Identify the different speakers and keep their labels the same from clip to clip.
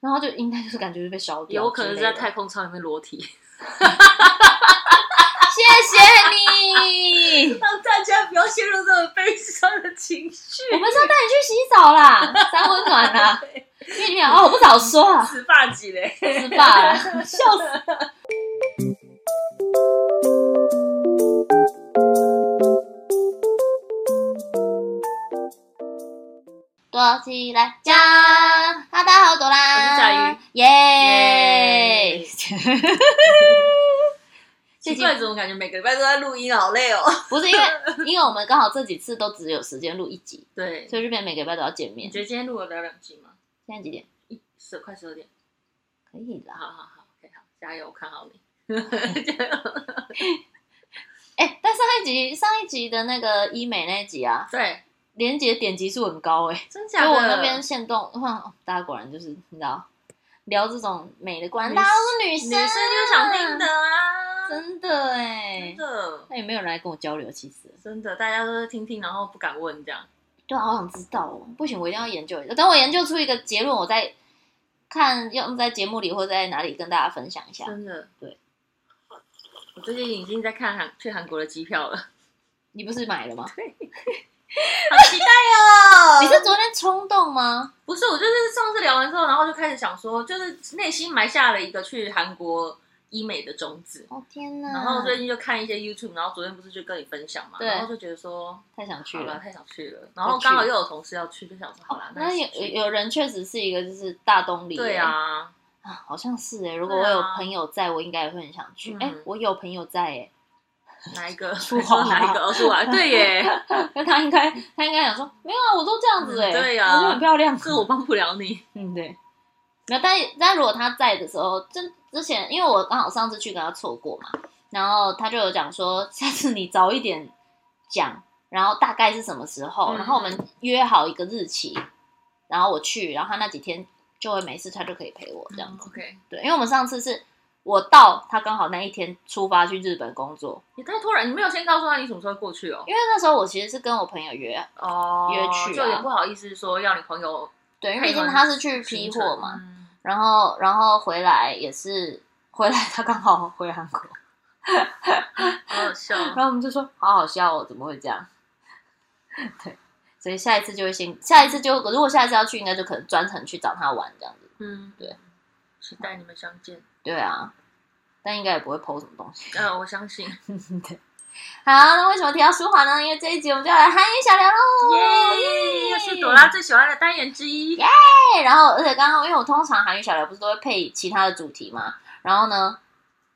Speaker 1: 然后就应该就是感觉就被烧掉，
Speaker 2: 有可能是在太。空舱里面裸体。
Speaker 1: 啊谢谢 你，
Speaker 2: 让大家不要陷入这种悲伤的情 绪。
Speaker 1: 我们是要带你去洗澡啦，三温暖 啦。因为你们俩哦，我不早说啊，
Speaker 2: 死发几嘞？
Speaker 1: 失败了，笑死。躲起来讲，大家好，朵
Speaker 2: 我
Speaker 1: 拉，
Speaker 2: 是甲鱼，
Speaker 1: 耶
Speaker 2: 耶！
Speaker 1: 这
Speaker 2: 奇
Speaker 1: 集
Speaker 2: 怪，怎么感觉每个礼拜都在录音，好累哦。
Speaker 1: 不是因为，因为我们刚好这几次都只有时间录一集，
Speaker 2: 对，
Speaker 1: 所以这边每个礼拜都要见
Speaker 2: 你
Speaker 1: 面。
Speaker 2: 觉得今天录了聊两集吗？
Speaker 1: 现在几点？
Speaker 2: 一十快十二点，
Speaker 1: 可以啦。
Speaker 2: 好好好，OK，好，加油，我看好你。
Speaker 1: 哎、但上一集上一集的那个医美那一集啊，
Speaker 2: 对，
Speaker 1: 连接点击数很高哎、
Speaker 2: 真假
Speaker 1: 所以
Speaker 2: 的？
Speaker 1: 我那边限动，哇，大家果然就是你知道，聊这种美的观，
Speaker 2: 女
Speaker 1: 大家都是女
Speaker 2: 女
Speaker 1: 生
Speaker 2: 生
Speaker 1: 啊，
Speaker 2: 就想听的啊，
Speaker 1: 真的哎、
Speaker 2: 真的
Speaker 1: 那也没有人来跟我交流，其实。
Speaker 2: 真的，大家都是听听，然后不敢问这样。
Speaker 1: 对啊，好想知道哦，不行，我一定要研究一下。等我研究出一个结论，我再看要不在节目里或者在哪里跟大家分享一下。
Speaker 2: 真的，
Speaker 1: 对。
Speaker 2: 我最近已经在看韩去韩国的机票了，
Speaker 1: 你不是买了吗？
Speaker 2: 好期待哦！
Speaker 1: 你是昨天冲动吗？
Speaker 2: 不是我就是上次聊完之后，然后就开始想说，就是内心埋下了一个去韩国医美的种子。
Speaker 1: 哦天哪！
Speaker 2: 然后最近就看一些 YouTube，然后昨天不是就跟你分享嘛，
Speaker 1: 对
Speaker 2: 然后就觉得说
Speaker 1: 太想去
Speaker 2: 好了，
Speaker 1: 了。
Speaker 2: 太想去了。然后刚好
Speaker 1: 去
Speaker 2: 又有同事要去，就想说好啦，
Speaker 1: 哦那
Speaker 2: 一起
Speaker 1: 有
Speaker 2: 去
Speaker 1: 有人确实是一个就是大动力、
Speaker 2: 对啊，
Speaker 1: 啊，好像是哎、如果
Speaker 2: 对
Speaker 1: 我
Speaker 2: 啊
Speaker 1: 有朋友在，我应该也会很想去。
Speaker 2: 嗯
Speaker 1: 哎、我有朋友在哎、
Speaker 2: 哪一个？
Speaker 1: 舒啊
Speaker 2: 你说
Speaker 1: 华
Speaker 2: 哪一个？哦，舒华，对耶，
Speaker 1: 那他应该他应该想说，没有啊，我都这样子哎、
Speaker 2: 嗯对啊
Speaker 1: 我就很漂亮。
Speaker 2: 这我帮不了你。
Speaker 1: 嗯对，没有，但但如果他在的时候，真之前因为我刚好上次去跟他错过嘛，然后他就有讲说，下次你早一点讲，然后大概是什么时候，
Speaker 2: 嗯
Speaker 1: 然后我们约好一个日期，然后我去，然后他那几天就会没事，他就可以陪我这样子。
Speaker 2: OK，
Speaker 1: 对，因为我们上次是我到他刚好那一天出发去日本工作，
Speaker 2: 你太突然，你没有先告诉他你什么时候过去哦。
Speaker 1: 因为那时候我其实是跟我朋友约，
Speaker 2: 哦，
Speaker 1: 约去啊
Speaker 2: 就也不好意思说要你朋友
Speaker 1: 对，因为
Speaker 2: 看
Speaker 1: 毕
Speaker 2: 你
Speaker 1: 竟
Speaker 2: 们
Speaker 1: 他是去批
Speaker 2: 行
Speaker 1: 货
Speaker 2: 程
Speaker 1: 嘛，，
Speaker 2: 嗯
Speaker 1: 然后然后回来也是回来，他刚好回韩
Speaker 2: 嗯
Speaker 1: 国，
Speaker 2: 好好 笑。
Speaker 1: 然后我们就说好好笑哦，怎么会这样？ 对，所以下一次就会先，下一次就如果下一次要去，应该就可能专程去找他玩这样子。
Speaker 2: 嗯，
Speaker 1: 对，
Speaker 2: 期待你们相见。
Speaker 1: 对啊，但应该也不会剖什么东西。
Speaker 2: 嗯，我相信。
Speaker 1: 对，好，那为什么提到舒华呢？因为这一集我们就要来韩语小聊喽，
Speaker 2: 耶，又是朵拉最喜欢的单元之一。
Speaker 1: 对，然后而且刚刚因为我通常韩语小聊不是都会配其他的主题嘛，然后呢，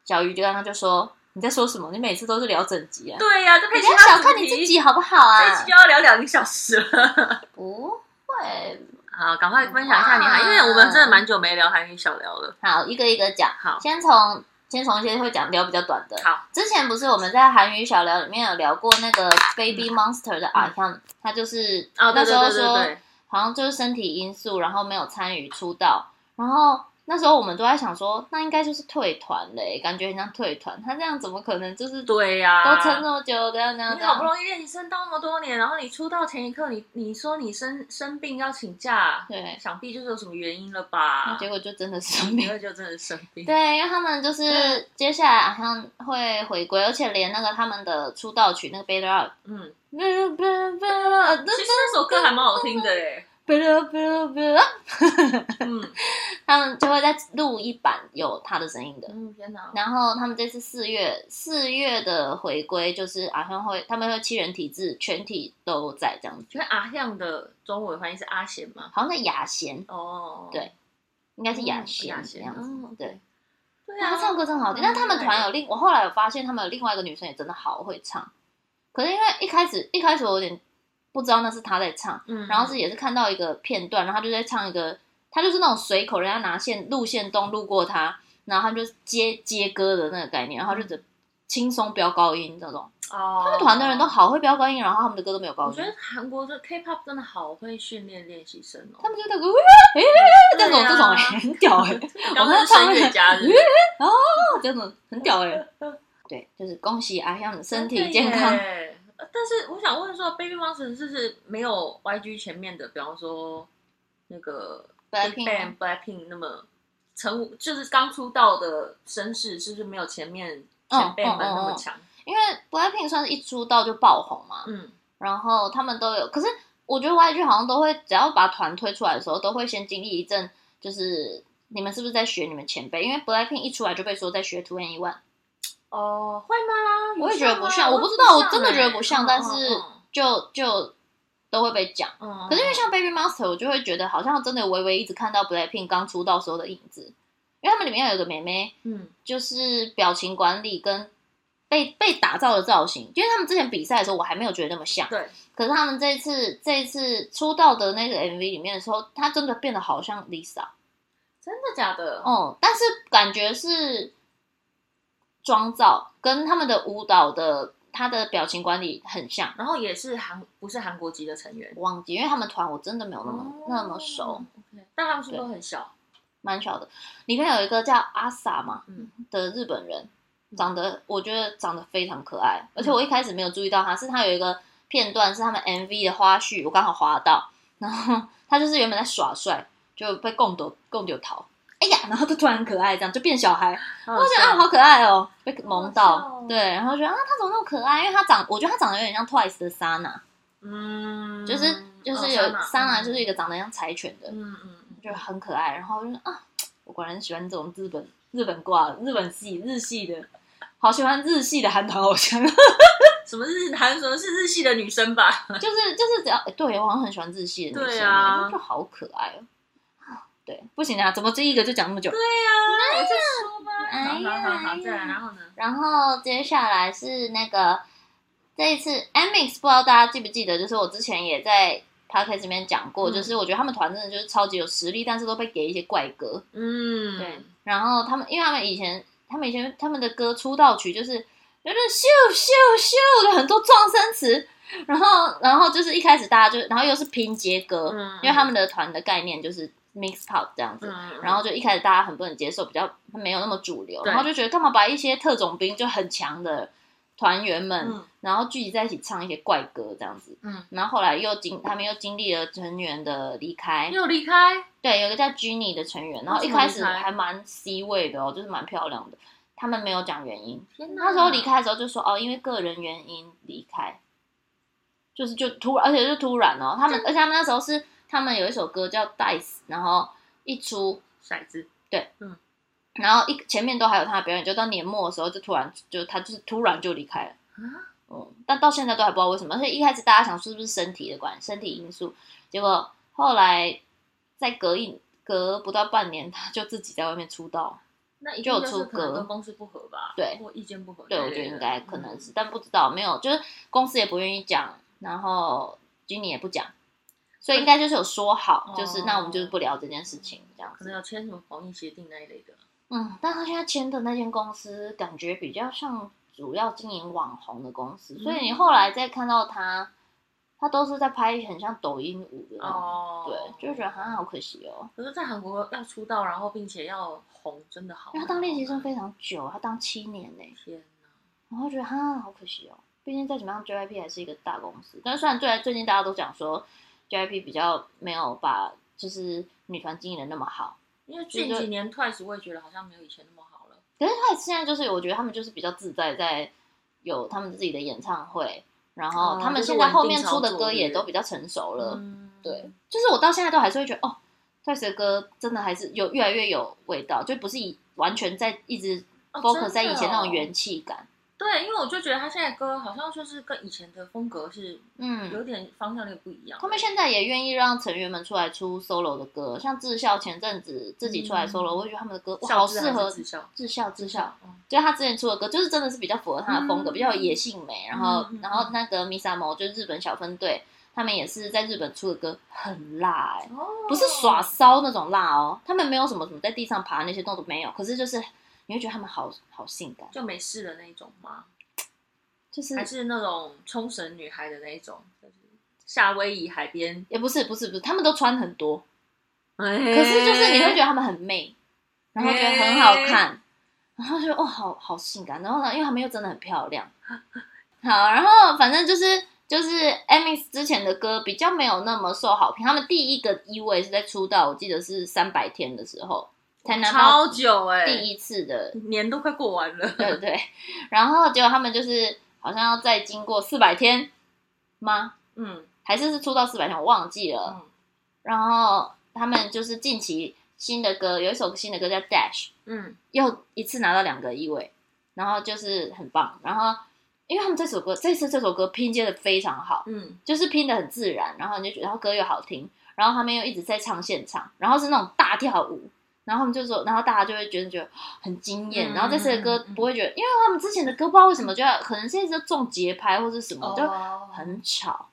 Speaker 1: 小鱼就刚刚就说你在说什么？你每次都是聊整集啊，
Speaker 2: 对呀，这
Speaker 1: 你
Speaker 2: 配
Speaker 1: 不
Speaker 2: 其
Speaker 1: 要
Speaker 2: 他
Speaker 1: 小
Speaker 2: 主
Speaker 1: 看
Speaker 2: 题
Speaker 1: 你自己好不好
Speaker 2: 这一
Speaker 1: 啊
Speaker 2: 期？就要聊两个小时 了。
Speaker 1: 不会，
Speaker 2: 好，赶快分享一下
Speaker 1: 啊
Speaker 2: 你韩，因为我们真的蛮久没聊韩语小聊了。
Speaker 1: 好，一个一个讲，
Speaker 2: 好，
Speaker 1: 先从先从一些会讲聊比较短的。
Speaker 2: 好，
Speaker 1: 之前不是我们在韩语小聊里面有聊过那个 Baby Monster 的阿香，他就是
Speaker 2: 嗯哦，
Speaker 1: 那
Speaker 2: 对
Speaker 1: 时
Speaker 2: 对
Speaker 1: 候
Speaker 2: 对
Speaker 1: 说
Speaker 2: 对对，
Speaker 1: 好像就是身体因素，然后没有参与出道，然后那时候我们都在想说，那应该就是退团嘞，感觉很像退团，他这样怎么可能就是都
Speaker 2: 对呀，
Speaker 1: 撑那么久，这样这样
Speaker 2: 你
Speaker 1: 这
Speaker 2: 好不
Speaker 1: 样，
Speaker 2: 容易练习生当那么多年，然后你出道前一刻你，你说你生生病要请假，
Speaker 1: 对，啊
Speaker 2: 想必就是有什么原因了吧？
Speaker 1: 结果就真的是没
Speaker 2: 因
Speaker 1: 有。
Speaker 2: 为就真的生病。
Speaker 1: 对，因为他们就是接下来好像会回归，而且连那个他们的出道曲那个 Better Out，
Speaker 2: 嗯，
Speaker 1: Better Better Better
Speaker 2: 其实那首歌还蛮好听的哎。
Speaker 1: Better Better Better，
Speaker 2: 嗯
Speaker 1: 他们就会再录一版有他的声音的。
Speaker 2: 嗯，天哪！
Speaker 1: 然后他们这次四月四月的回归就是好像会他们会七人体制，全体都在这样子，
Speaker 2: 请问阿向的中文翻译是阿贤吗？
Speaker 1: 好像在雅贤，
Speaker 2: 哦，
Speaker 1: 对应该是雅
Speaker 2: 嗯
Speaker 1: 贤
Speaker 2: 雅
Speaker 1: 这
Speaker 2: 贤
Speaker 1: 样子。
Speaker 2: 嗯
Speaker 1: 对，
Speaker 2: 对
Speaker 1: 哇
Speaker 2: 啊，
Speaker 1: 他唱歌真好听。
Speaker 2: 嗯
Speaker 1: 但他们团有另，我后来有发现他们有另外一个女生也真的好会唱，可是因为一开始一开始我有点不知道那是她在唱，
Speaker 2: 嗯，
Speaker 1: 然后是也是看到一个片段，然后他就在唱一个，他就是那种随口人家拿线路线东路过他，然后他们就接接歌的那个概念，然后就
Speaker 2: 嗯
Speaker 1: 只轻松飙高音这种。
Speaker 2: 哦，
Speaker 1: 他们团的人都好会飙高音，然后他们的歌都没有高
Speaker 2: 我
Speaker 1: 音
Speaker 2: 觉，得韩国的 K-pop 真的好会训练练习生哦
Speaker 1: 他。们就那个哎这种这种哎
Speaker 2: 对啊，
Speaker 1: 很屌哎，
Speaker 2: 刚刚是声乐家的，
Speaker 1: 这种很屌哎。 对，就是啊恭喜阿香 身体健
Speaker 2: 真
Speaker 1: 康
Speaker 2: 的。耶。呃但是我想问说，Baby Monster 是不是没有 YG 前面的，比方说那个 Big
Speaker 1: Blackpink 啊吗
Speaker 2: Bang、Blackpink 那么成就是刚出道的声势，是不是没有前面
Speaker 1: 嗯
Speaker 2: 前辈们
Speaker 1: 嗯嗯
Speaker 2: 那么
Speaker 1: 嗯
Speaker 2: 强？
Speaker 1: 因为 Blackpink 算是一出道就爆红嘛，
Speaker 2: 嗯，
Speaker 1: 然后他们都有，可是我觉得 YG 好像都会，只要把团推出来的时候，都会先经历一阵，就是你们是不是在学你们前辈？因为 Blackpink 一出来就被说在学 Two and One，
Speaker 2: 哦，会吗？
Speaker 1: 我也觉
Speaker 2: 有
Speaker 1: 得不
Speaker 2: 吗
Speaker 1: 像，我不知道，我真
Speaker 2: 欸
Speaker 1: 的觉得不像，但是就就都会被讲。
Speaker 2: 嗯，
Speaker 1: 可是因为像 Baby Monster，我就会觉得好像真的微微一直看到 Blackpink 刚出道时候的影子，因为他们里面有一个妹妹，
Speaker 2: 嗯
Speaker 1: 就是表情管理跟被被打造的造型，因为他们之前比赛的时候我还没有觉得那么像，
Speaker 2: 对，
Speaker 1: 可是他们这一次这一次出道的那个 MV 里面的时候，她真的变得好像 Lisa
Speaker 2: 真的假的？
Speaker 1: 哦、但是感觉是妆造跟他们的舞蹈的她的表情管理很像，
Speaker 2: 然后也是韩不是韩国籍的成员，嗯
Speaker 1: 我忘记，因为他们团我真的没有那么、那么
Speaker 2: 哦
Speaker 1: 熟，
Speaker 2: OK，但他们是不是都很小，
Speaker 1: 蛮小的。里面有一个叫阿萨嘛
Speaker 2: 嗯
Speaker 1: 的日本人，
Speaker 2: 嗯
Speaker 1: 长得我觉得长得非常可爱，而且我一开始没有注意到他，是他有一个片段是他们 MV 的花絮，我刚好滑到，然后他就是原本在耍帅，就被供丢供丢逃。哎呀，然后就突然很可爱，这样就变小孩，
Speaker 2: 我
Speaker 1: 我觉得啊好可爱哦，被萌
Speaker 2: 好好笑
Speaker 1: 到
Speaker 2: 哦，
Speaker 1: 对，然后觉得啊他怎么那么可爱？因为他长，我觉得他长得有点像 Twice 的 Sana，
Speaker 2: 嗯，啊
Speaker 1: 就是就是有 Sana 就是一个长得像柴犬的，
Speaker 2: 嗯嗯嗯，
Speaker 1: 就很可爱。然后就是啊，我果然喜欢这种日本日本挂日本系日系的，好喜欢日系的韩团偶像，啊就
Speaker 2: 什么日韩什么是日系的女生吧？
Speaker 1: 是 就是只要、诶对我好像很喜欢日系的女生
Speaker 2: 对
Speaker 1: 耶，
Speaker 2: 啊
Speaker 1: 就好可爱哦。对，不行啊，怎么这一个就讲那么久？
Speaker 2: 我就说吧，
Speaker 1: 哎呀
Speaker 2: 啊好好好，
Speaker 1: 哎呀
Speaker 2: 再来，然啊后呢？
Speaker 1: 然后接下来是那个这一次 Amix，不知道大家记不记得，就是我之前也在 podcast 里面讲过，
Speaker 2: 嗯
Speaker 1: 就是我觉得他们团真的就是超级有实力，但是都被给一些怪歌。
Speaker 2: 嗯，
Speaker 1: 对，然后他们，因为他们以前，他们以前他们的歌出道曲就是就是咻咻咻的很多撞声词，然后然后就是一开始大家就，然后又是拼接歌，
Speaker 2: 嗯
Speaker 1: 因为他们的团的概念就是 mix pop 这样子，
Speaker 2: 嗯，
Speaker 1: 然后就一开始大家很不能接受，比较没有那么主流，
Speaker 2: 对
Speaker 1: 然后就觉得干嘛把一些特种兵就很强的团员们，
Speaker 2: 嗯
Speaker 1: 然后聚集在一起唱一些怪歌这样子，
Speaker 2: 嗯，
Speaker 1: 然后后来又经他们又经历了成员的离开，
Speaker 2: 嗯又离开，
Speaker 1: 对，有一个叫 Jenny 的成员，然后一
Speaker 2: 为什么
Speaker 1: 开
Speaker 2: 离
Speaker 1: 始
Speaker 2: 开
Speaker 1: 还蛮 C 位的哦，就是蛮漂亮的。他们没有讲原因，
Speaker 2: 天哪
Speaker 1: 那时候离，开的时候就说哦，因为个人原因离开，就是就突然，而且就突然哦，他们而且他们那时候是他们有一首歌叫 Dice，然后一出，
Speaker 2: 骰子，
Speaker 1: 然后一前面都还有他的表演，就到年末的时候就突然就他就是突然就离开了。
Speaker 2: 啊，
Speaker 1: 嗯，但到现在都还不知道为什么。而且一开始大家想是不是身体的关身体因素，结果后来再隔一隔不到半年，他就自己在外面出道。
Speaker 2: 那一
Speaker 1: 就有
Speaker 2: 定就是
Speaker 1: 出
Speaker 2: 可能
Speaker 1: 格
Speaker 2: 跟公司不合吧？
Speaker 1: 对
Speaker 2: 或意见不合之
Speaker 1: 对，
Speaker 2: 类
Speaker 1: 我
Speaker 2: 的，嗯
Speaker 1: 觉得应该可能是，但不知道没有，就是公司也不愿意讲，然后经理也不讲，所以应该就是有说好，
Speaker 2: 哦
Speaker 1: 就是那我们就是不聊这件事情这样子。
Speaker 2: 可能有签什么防疫协定那一类的，
Speaker 1: 嗯，但他现在签的那间公司感觉比较像主要经营网红的公司，所以你后来再看到他，他都是在拍很像抖音舞的那种。
Speaker 2: 哦
Speaker 1: 啊对，就觉得好像好可惜哦。
Speaker 2: 可是，在韩国要出道，然后并且要红，真的好
Speaker 1: 因为
Speaker 2: 难。哦
Speaker 1: 他当练习生非常久，他当七年呢，
Speaker 2: 天哪，
Speaker 1: 然后觉得哈好可惜哦。毕竟再怎么样，JYP 还是一个大公司。但虽然最最近大家都讲说 JYP 比较没有把就是女团经营的那么好，
Speaker 2: 因为近几年 Twice 我也觉得好像没有以前那么好了。
Speaker 1: 可是他现在就是我觉得他们就是比较自在，在有他们自己的演唱会，然后
Speaker 2: 哦
Speaker 1: 他们
Speaker 2: 就是
Speaker 1: 现在
Speaker 2: 稳定
Speaker 1: 后面出
Speaker 2: 操
Speaker 1: 的
Speaker 2: 作
Speaker 1: 歌也
Speaker 2: 日
Speaker 1: 都比较成熟了。
Speaker 2: 嗯，
Speaker 1: 呃对，就是我到现在都还是会觉得，哦，Twice 的歌真的还是有越来越有味道，就不是以完全在一直
Speaker 2: 哦
Speaker 1: focus 在
Speaker 2: 真的
Speaker 1: 以前那种
Speaker 2: 哦
Speaker 1: 元气感。
Speaker 2: 对，因为我就觉得他现在的歌好像就是跟以前的风格是
Speaker 1: 嗯，
Speaker 2: 有点方向有点不一样。
Speaker 1: 他们现在也愿意让成员们出来出 solo 的歌，像智孝前阵子自己出来
Speaker 2: 嗯
Speaker 1: solo，、我也觉得他们的歌哇，
Speaker 2: 校
Speaker 1: 好
Speaker 2: 制
Speaker 1: 适
Speaker 2: 还
Speaker 1: 合
Speaker 2: 是自校
Speaker 1: 智孝智孝。，
Speaker 2: 嗯
Speaker 1: 就是他之前出的歌，就是真的是比较符合他的风格，
Speaker 2: 嗯
Speaker 1: 比较有野性美。然后，
Speaker 2: 嗯嗯
Speaker 1: 然后那个 Misamo 就是日本小分队，他们也是在日本出的歌，很辣哎、
Speaker 2: 哦，
Speaker 1: 不是耍骚那种辣哦，他们没有什么什么在地上爬那些动作没有，可是就是你会觉得他们好好性感，
Speaker 2: 就没事的那一种吗？
Speaker 1: 就是
Speaker 2: 还是那种冲绳女孩的那一种，就是夏威夷海边？哎
Speaker 1: 也不是不是不是，他们都穿很多，
Speaker 2: 可
Speaker 1: 可是就是你会觉得他们很媚，然后觉得很好看，然后就哦觉得哇好好性感，然后呢，因为他们又真的很漂亮，好，然后反正就是就是 Amis 之前的歌比较没有那么受好评，他们第一个一位是在出道，我记得是三百天的时候才拿
Speaker 2: 超
Speaker 1: 到
Speaker 2: 久哎、
Speaker 1: 第一次的
Speaker 2: 年都快过完了。
Speaker 1: 对对，然后结果他们就是好像要再经过四百天吗？
Speaker 2: 嗯
Speaker 1: 还是是出道四百天？我忘记了。
Speaker 2: 嗯
Speaker 1: 然后他们就是近期新的歌，有一首新的歌叫《Dash》，
Speaker 2: 嗯，
Speaker 1: 又一次拿到两个一位，然后就是很棒。然后因为他们这首歌这次这首歌拼接的非常好，
Speaker 2: 嗯，
Speaker 1: 就是拼的很自然，然后你就觉得然后歌又好听，然后他们又一直在唱现场，然后是那种大跳舞。然后他们就说，然后大家就会觉得觉得很惊艳，
Speaker 2: 嗯
Speaker 1: 然后这次的歌
Speaker 2: 嗯嗯
Speaker 1: 不会觉得，因为他们之前的歌不知道为什么就要，可能现在就重节拍或是什么，就
Speaker 2: 哦
Speaker 1: 很吵，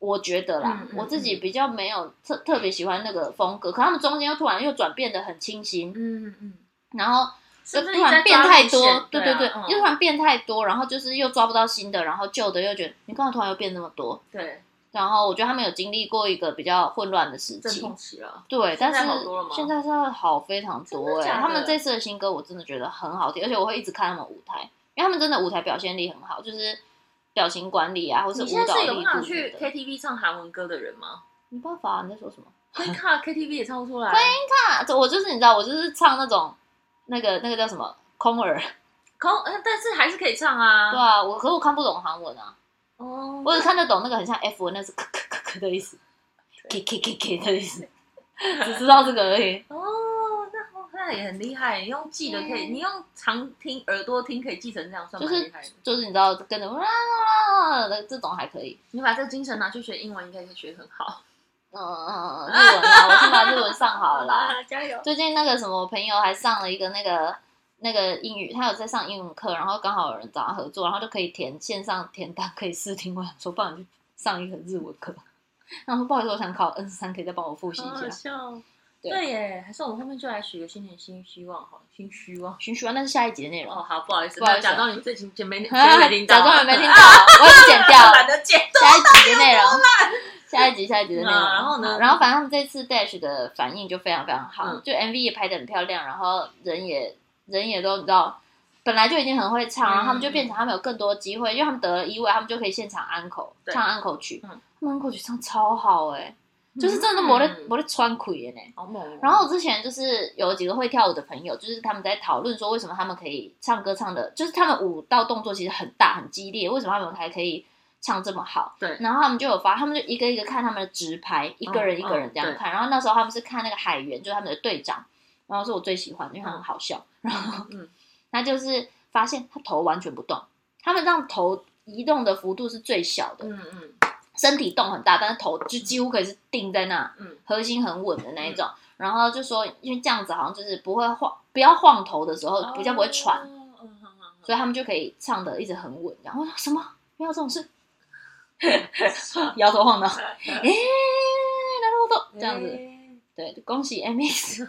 Speaker 1: 我觉得啦，
Speaker 2: 嗯嗯
Speaker 1: 我自己比较没有特特别喜欢那个风格，可他们中间又突然又转变的很清新，
Speaker 2: 嗯嗯，
Speaker 1: 然后
Speaker 2: 是
Speaker 1: 又
Speaker 2: 不
Speaker 1: 突
Speaker 2: 是
Speaker 1: 然
Speaker 2: 你在
Speaker 1: 变
Speaker 2: 抓
Speaker 1: 太
Speaker 2: 路
Speaker 1: 多
Speaker 2: 线，
Speaker 1: 对
Speaker 2: 对
Speaker 1: 对，
Speaker 2: 啊
Speaker 1: 又突然变太多，然后就是又抓不到新的，然后旧的又觉得你干嘛突然又变那么多？
Speaker 2: 对，
Speaker 1: 然后我觉得他们有经历过一个比较混乱的时
Speaker 2: 阵
Speaker 1: 期
Speaker 2: 痛，期了。
Speaker 1: 对，
Speaker 2: 现
Speaker 1: 但
Speaker 2: 在
Speaker 1: 是
Speaker 2: 好多了吗
Speaker 1: 现在是好非常
Speaker 2: 真
Speaker 1: 多
Speaker 2: 的
Speaker 1: 哎、
Speaker 2: 假的
Speaker 1: 他们这次的新歌我真的觉得很好听，而且我会一直看他们舞台，因为他们真的舞台表现力很好，就是表情管理啊，或是舞
Speaker 2: 你现
Speaker 1: 蹈
Speaker 2: 在是有
Speaker 1: 力
Speaker 2: 办法
Speaker 1: 度
Speaker 2: 去
Speaker 1: 什么的。
Speaker 2: KTV 唱韩文歌的人 吗？
Speaker 1: 没办法、啊，你在说什么？
Speaker 2: Queen Card KTV 也唱不出来。
Speaker 1: 啊，这我就是你知道，我就是唱那种那个那个叫什么空耳，
Speaker 2: 空，呃但是还是可以唱啊。
Speaker 1: 对啊，我可是我看不懂韩文啊，
Speaker 2: 哦，
Speaker 1: 我只看得懂那个很像 F 文，那是咳 咳咳咳的意思，k k k k 的意思，只知道这个而已。
Speaker 2: 哦，那好那也很厉害，你用记的可以，
Speaker 1: 嗯
Speaker 2: 你用常听耳朵听可以记成这样，算蛮厉害的。
Speaker 1: 就是你知道跟着哇啦啦啦这种还可以，
Speaker 2: 你把这个精神拿去学英文，应该可以学得很好。
Speaker 1: 嗯嗯嗯，嗯日文啊，我先把日文上好了啦。，
Speaker 2: 加油！
Speaker 1: 最近那个什么，我朋友还上了一个那个那个英语，他有在上英文课，然后刚好有人找他合作，然后就可以填线上填单，可以试听。我想说，不然你去上一个日文课。然后说不好意思，我想考 N 三，可以再帮我复习
Speaker 2: 好
Speaker 1: 一
Speaker 2: 好
Speaker 1: 下。
Speaker 2: 笑。哦
Speaker 1: 对
Speaker 2: 对耶，还是我们后面就来许个新年新希望好了，新希望。
Speaker 1: 循循环，啊那是下一集的 内容。
Speaker 2: 哦，好，不好意思，
Speaker 1: 不好意
Speaker 2: 那
Speaker 1: 思
Speaker 2: 假装你最近就没
Speaker 1: 啊
Speaker 2: 就没听 到，
Speaker 1: 假装也没 听到，我也剪掉了
Speaker 2: 懒得剪。
Speaker 1: 下一集的内容。 下一集，下一集的内容。
Speaker 2: 啊然后呢
Speaker 1: 然后反正他们这次 Dash 的反应就非常非常好，
Speaker 2: 嗯
Speaker 1: 就 MV 也拍的很漂亮，然后人也人也都你知道，本来就已经很会唱，
Speaker 2: 嗯
Speaker 1: 然后他们就变成他们有更多机会，因为他们得了一位，他们就可以现场安口
Speaker 2: 对
Speaker 1: 唱安口曲，
Speaker 2: 嗯
Speaker 1: 他们安口曲唱超好哎、就是真的
Speaker 2: 嗯
Speaker 1: 我在我在穿溃的呢。
Speaker 2: 好猛哦。
Speaker 1: 然后我之前就是有几个会跳舞的朋友，就是他们在讨论说，为什么他们可以唱歌唱的，就是他们舞蹈动作其实很大很激烈，为什么他们还可以唱这么好？
Speaker 2: 对
Speaker 1: 然后他们就有发，他们就一个一个看他们的直拍，一个人
Speaker 2: 嗯
Speaker 1: 一个人这样看。然后那时候他们是看那个海源，就是他们的队长，然后是我最喜欢的，因为他很好笑。然后
Speaker 2: 嗯
Speaker 1: 他就是发现他头完全不动，他们让头移动的幅度是最小的，
Speaker 2: 嗯嗯
Speaker 1: 身体动很大，但是头就几乎可以是定在那。
Speaker 2: 嗯，
Speaker 1: 核心很稳的那一种。然后就说，因为这样子好像就是不会晃，不要晃头的时候比较不会喘，
Speaker 2: 哦。嗯嗯嗯嗯
Speaker 1: 所以他们就可以唱的一直很稳。然后我说什么？没有这种事，摇头晃脑，哎、欸，然后都 这样子。
Speaker 2: 哎
Speaker 1: 对，恭喜 MX，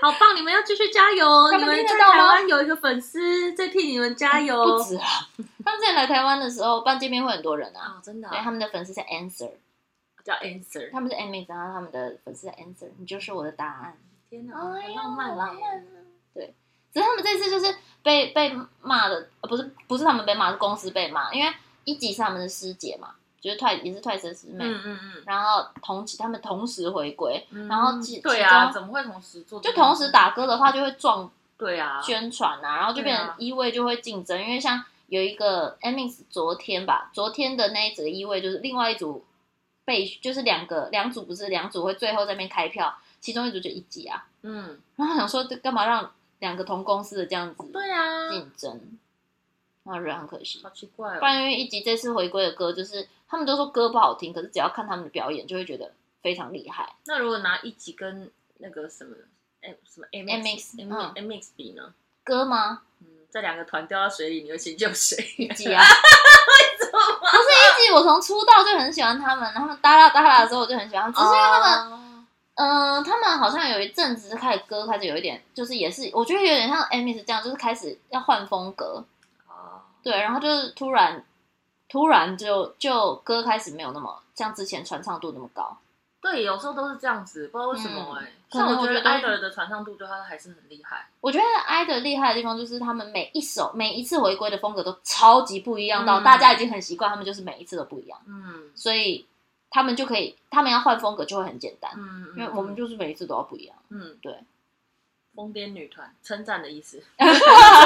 Speaker 2: 好棒！你们要继续加油，
Speaker 1: 他
Speaker 2: 你
Speaker 1: 们
Speaker 2: 们
Speaker 1: 听
Speaker 2: 在
Speaker 1: 得到
Speaker 2: 台
Speaker 1: 吗
Speaker 2: 湾有一个粉丝在替你们加油。
Speaker 1: 不止啊！ 他们之前来台湾的时候办见面会很多人啊，
Speaker 2: 啊，真的
Speaker 1: 对，
Speaker 2: 啊
Speaker 1: 他们的粉丝是 Answer，
Speaker 2: 叫 Answer。
Speaker 1: 他们是 MX，然后他们的粉丝是 Answer，你就是我的答案。
Speaker 2: 天哪，好
Speaker 1: 哎呀
Speaker 2: 浪漫啊！
Speaker 1: 对，只是他们这次就是被被骂的，呃，不是不是他们被骂，是公司被骂，因为一级是他们的师姐嘛，就是 Twice 也是 Twice 的师妹，
Speaker 2: 嗯嗯
Speaker 1: 然后同期他们同时回归，
Speaker 2: 嗯，
Speaker 1: 然后其
Speaker 2: 对啊，
Speaker 1: 其中
Speaker 2: 怎么会同时做这
Speaker 1: 就
Speaker 2: 个？
Speaker 1: 同时打歌的话就会撞
Speaker 2: 对啊，
Speaker 1: 宣传啊，然后就变
Speaker 2: 对
Speaker 1: 成
Speaker 2: 啊
Speaker 1: 一位就会竞争，因为像有一个 Amix 昨天吧，昨天的那一组的一位就是另外一组被就是两个两组不是两组会最后在那边开票，其中一组就一级啊，
Speaker 2: 嗯，
Speaker 1: 然后想说这干嘛让两个同公司的这样子
Speaker 2: 对啊，
Speaker 1: 竞争，然后觉得很可惜。
Speaker 2: 好奇怪
Speaker 1: 不
Speaker 2: 哦。
Speaker 1: 然因为一集这次回归的歌，就是他们都说歌不好听，可是只要看他们的表演，就会觉得非常厉害。
Speaker 2: 那如果拿一集跟那个什么，哎，什么
Speaker 1: MX
Speaker 2: M
Speaker 1: 嗯
Speaker 2: M X 比呢？
Speaker 1: 歌吗？
Speaker 2: 嗯，这两个团掉到水里，你会先救谁？
Speaker 1: 一集啊，不是一集，我从出道就很喜欢他们，他们哒啦哒啦的时候我就很喜欢，只是因为他们，
Speaker 2: 们
Speaker 1: 嗯、他们好像有一阵子开始歌开始有一点，就是也是我觉得有点像 Amy 是这样，就是开始要换风格，
Speaker 2: 哦，
Speaker 1: 对，然后就是突然突然就就歌开始没有那么像之前传唱度那么高，
Speaker 2: 对，有时候都是这样子，不知道为什么哎、
Speaker 1: 嗯可
Speaker 2: 像
Speaker 1: 能
Speaker 2: 我觉
Speaker 1: 我
Speaker 2: 得
Speaker 1: 觉得
Speaker 2: idol 的传唱度，就他还是很厉害。
Speaker 1: 我觉得 i 的厉害的地方就是他们每一首、每一次回归的风格都超级不一样到，
Speaker 2: 嗯
Speaker 1: 大家已经很习惯，他们就是每一次都不一样，
Speaker 2: 嗯
Speaker 1: 所以他们就可以，他们要换风格就会很简单，
Speaker 2: 嗯，
Speaker 1: 因为我们就是每一次都要不一样。
Speaker 2: 嗯
Speaker 1: 对，
Speaker 2: 疯癫女团，称赞的 意思，称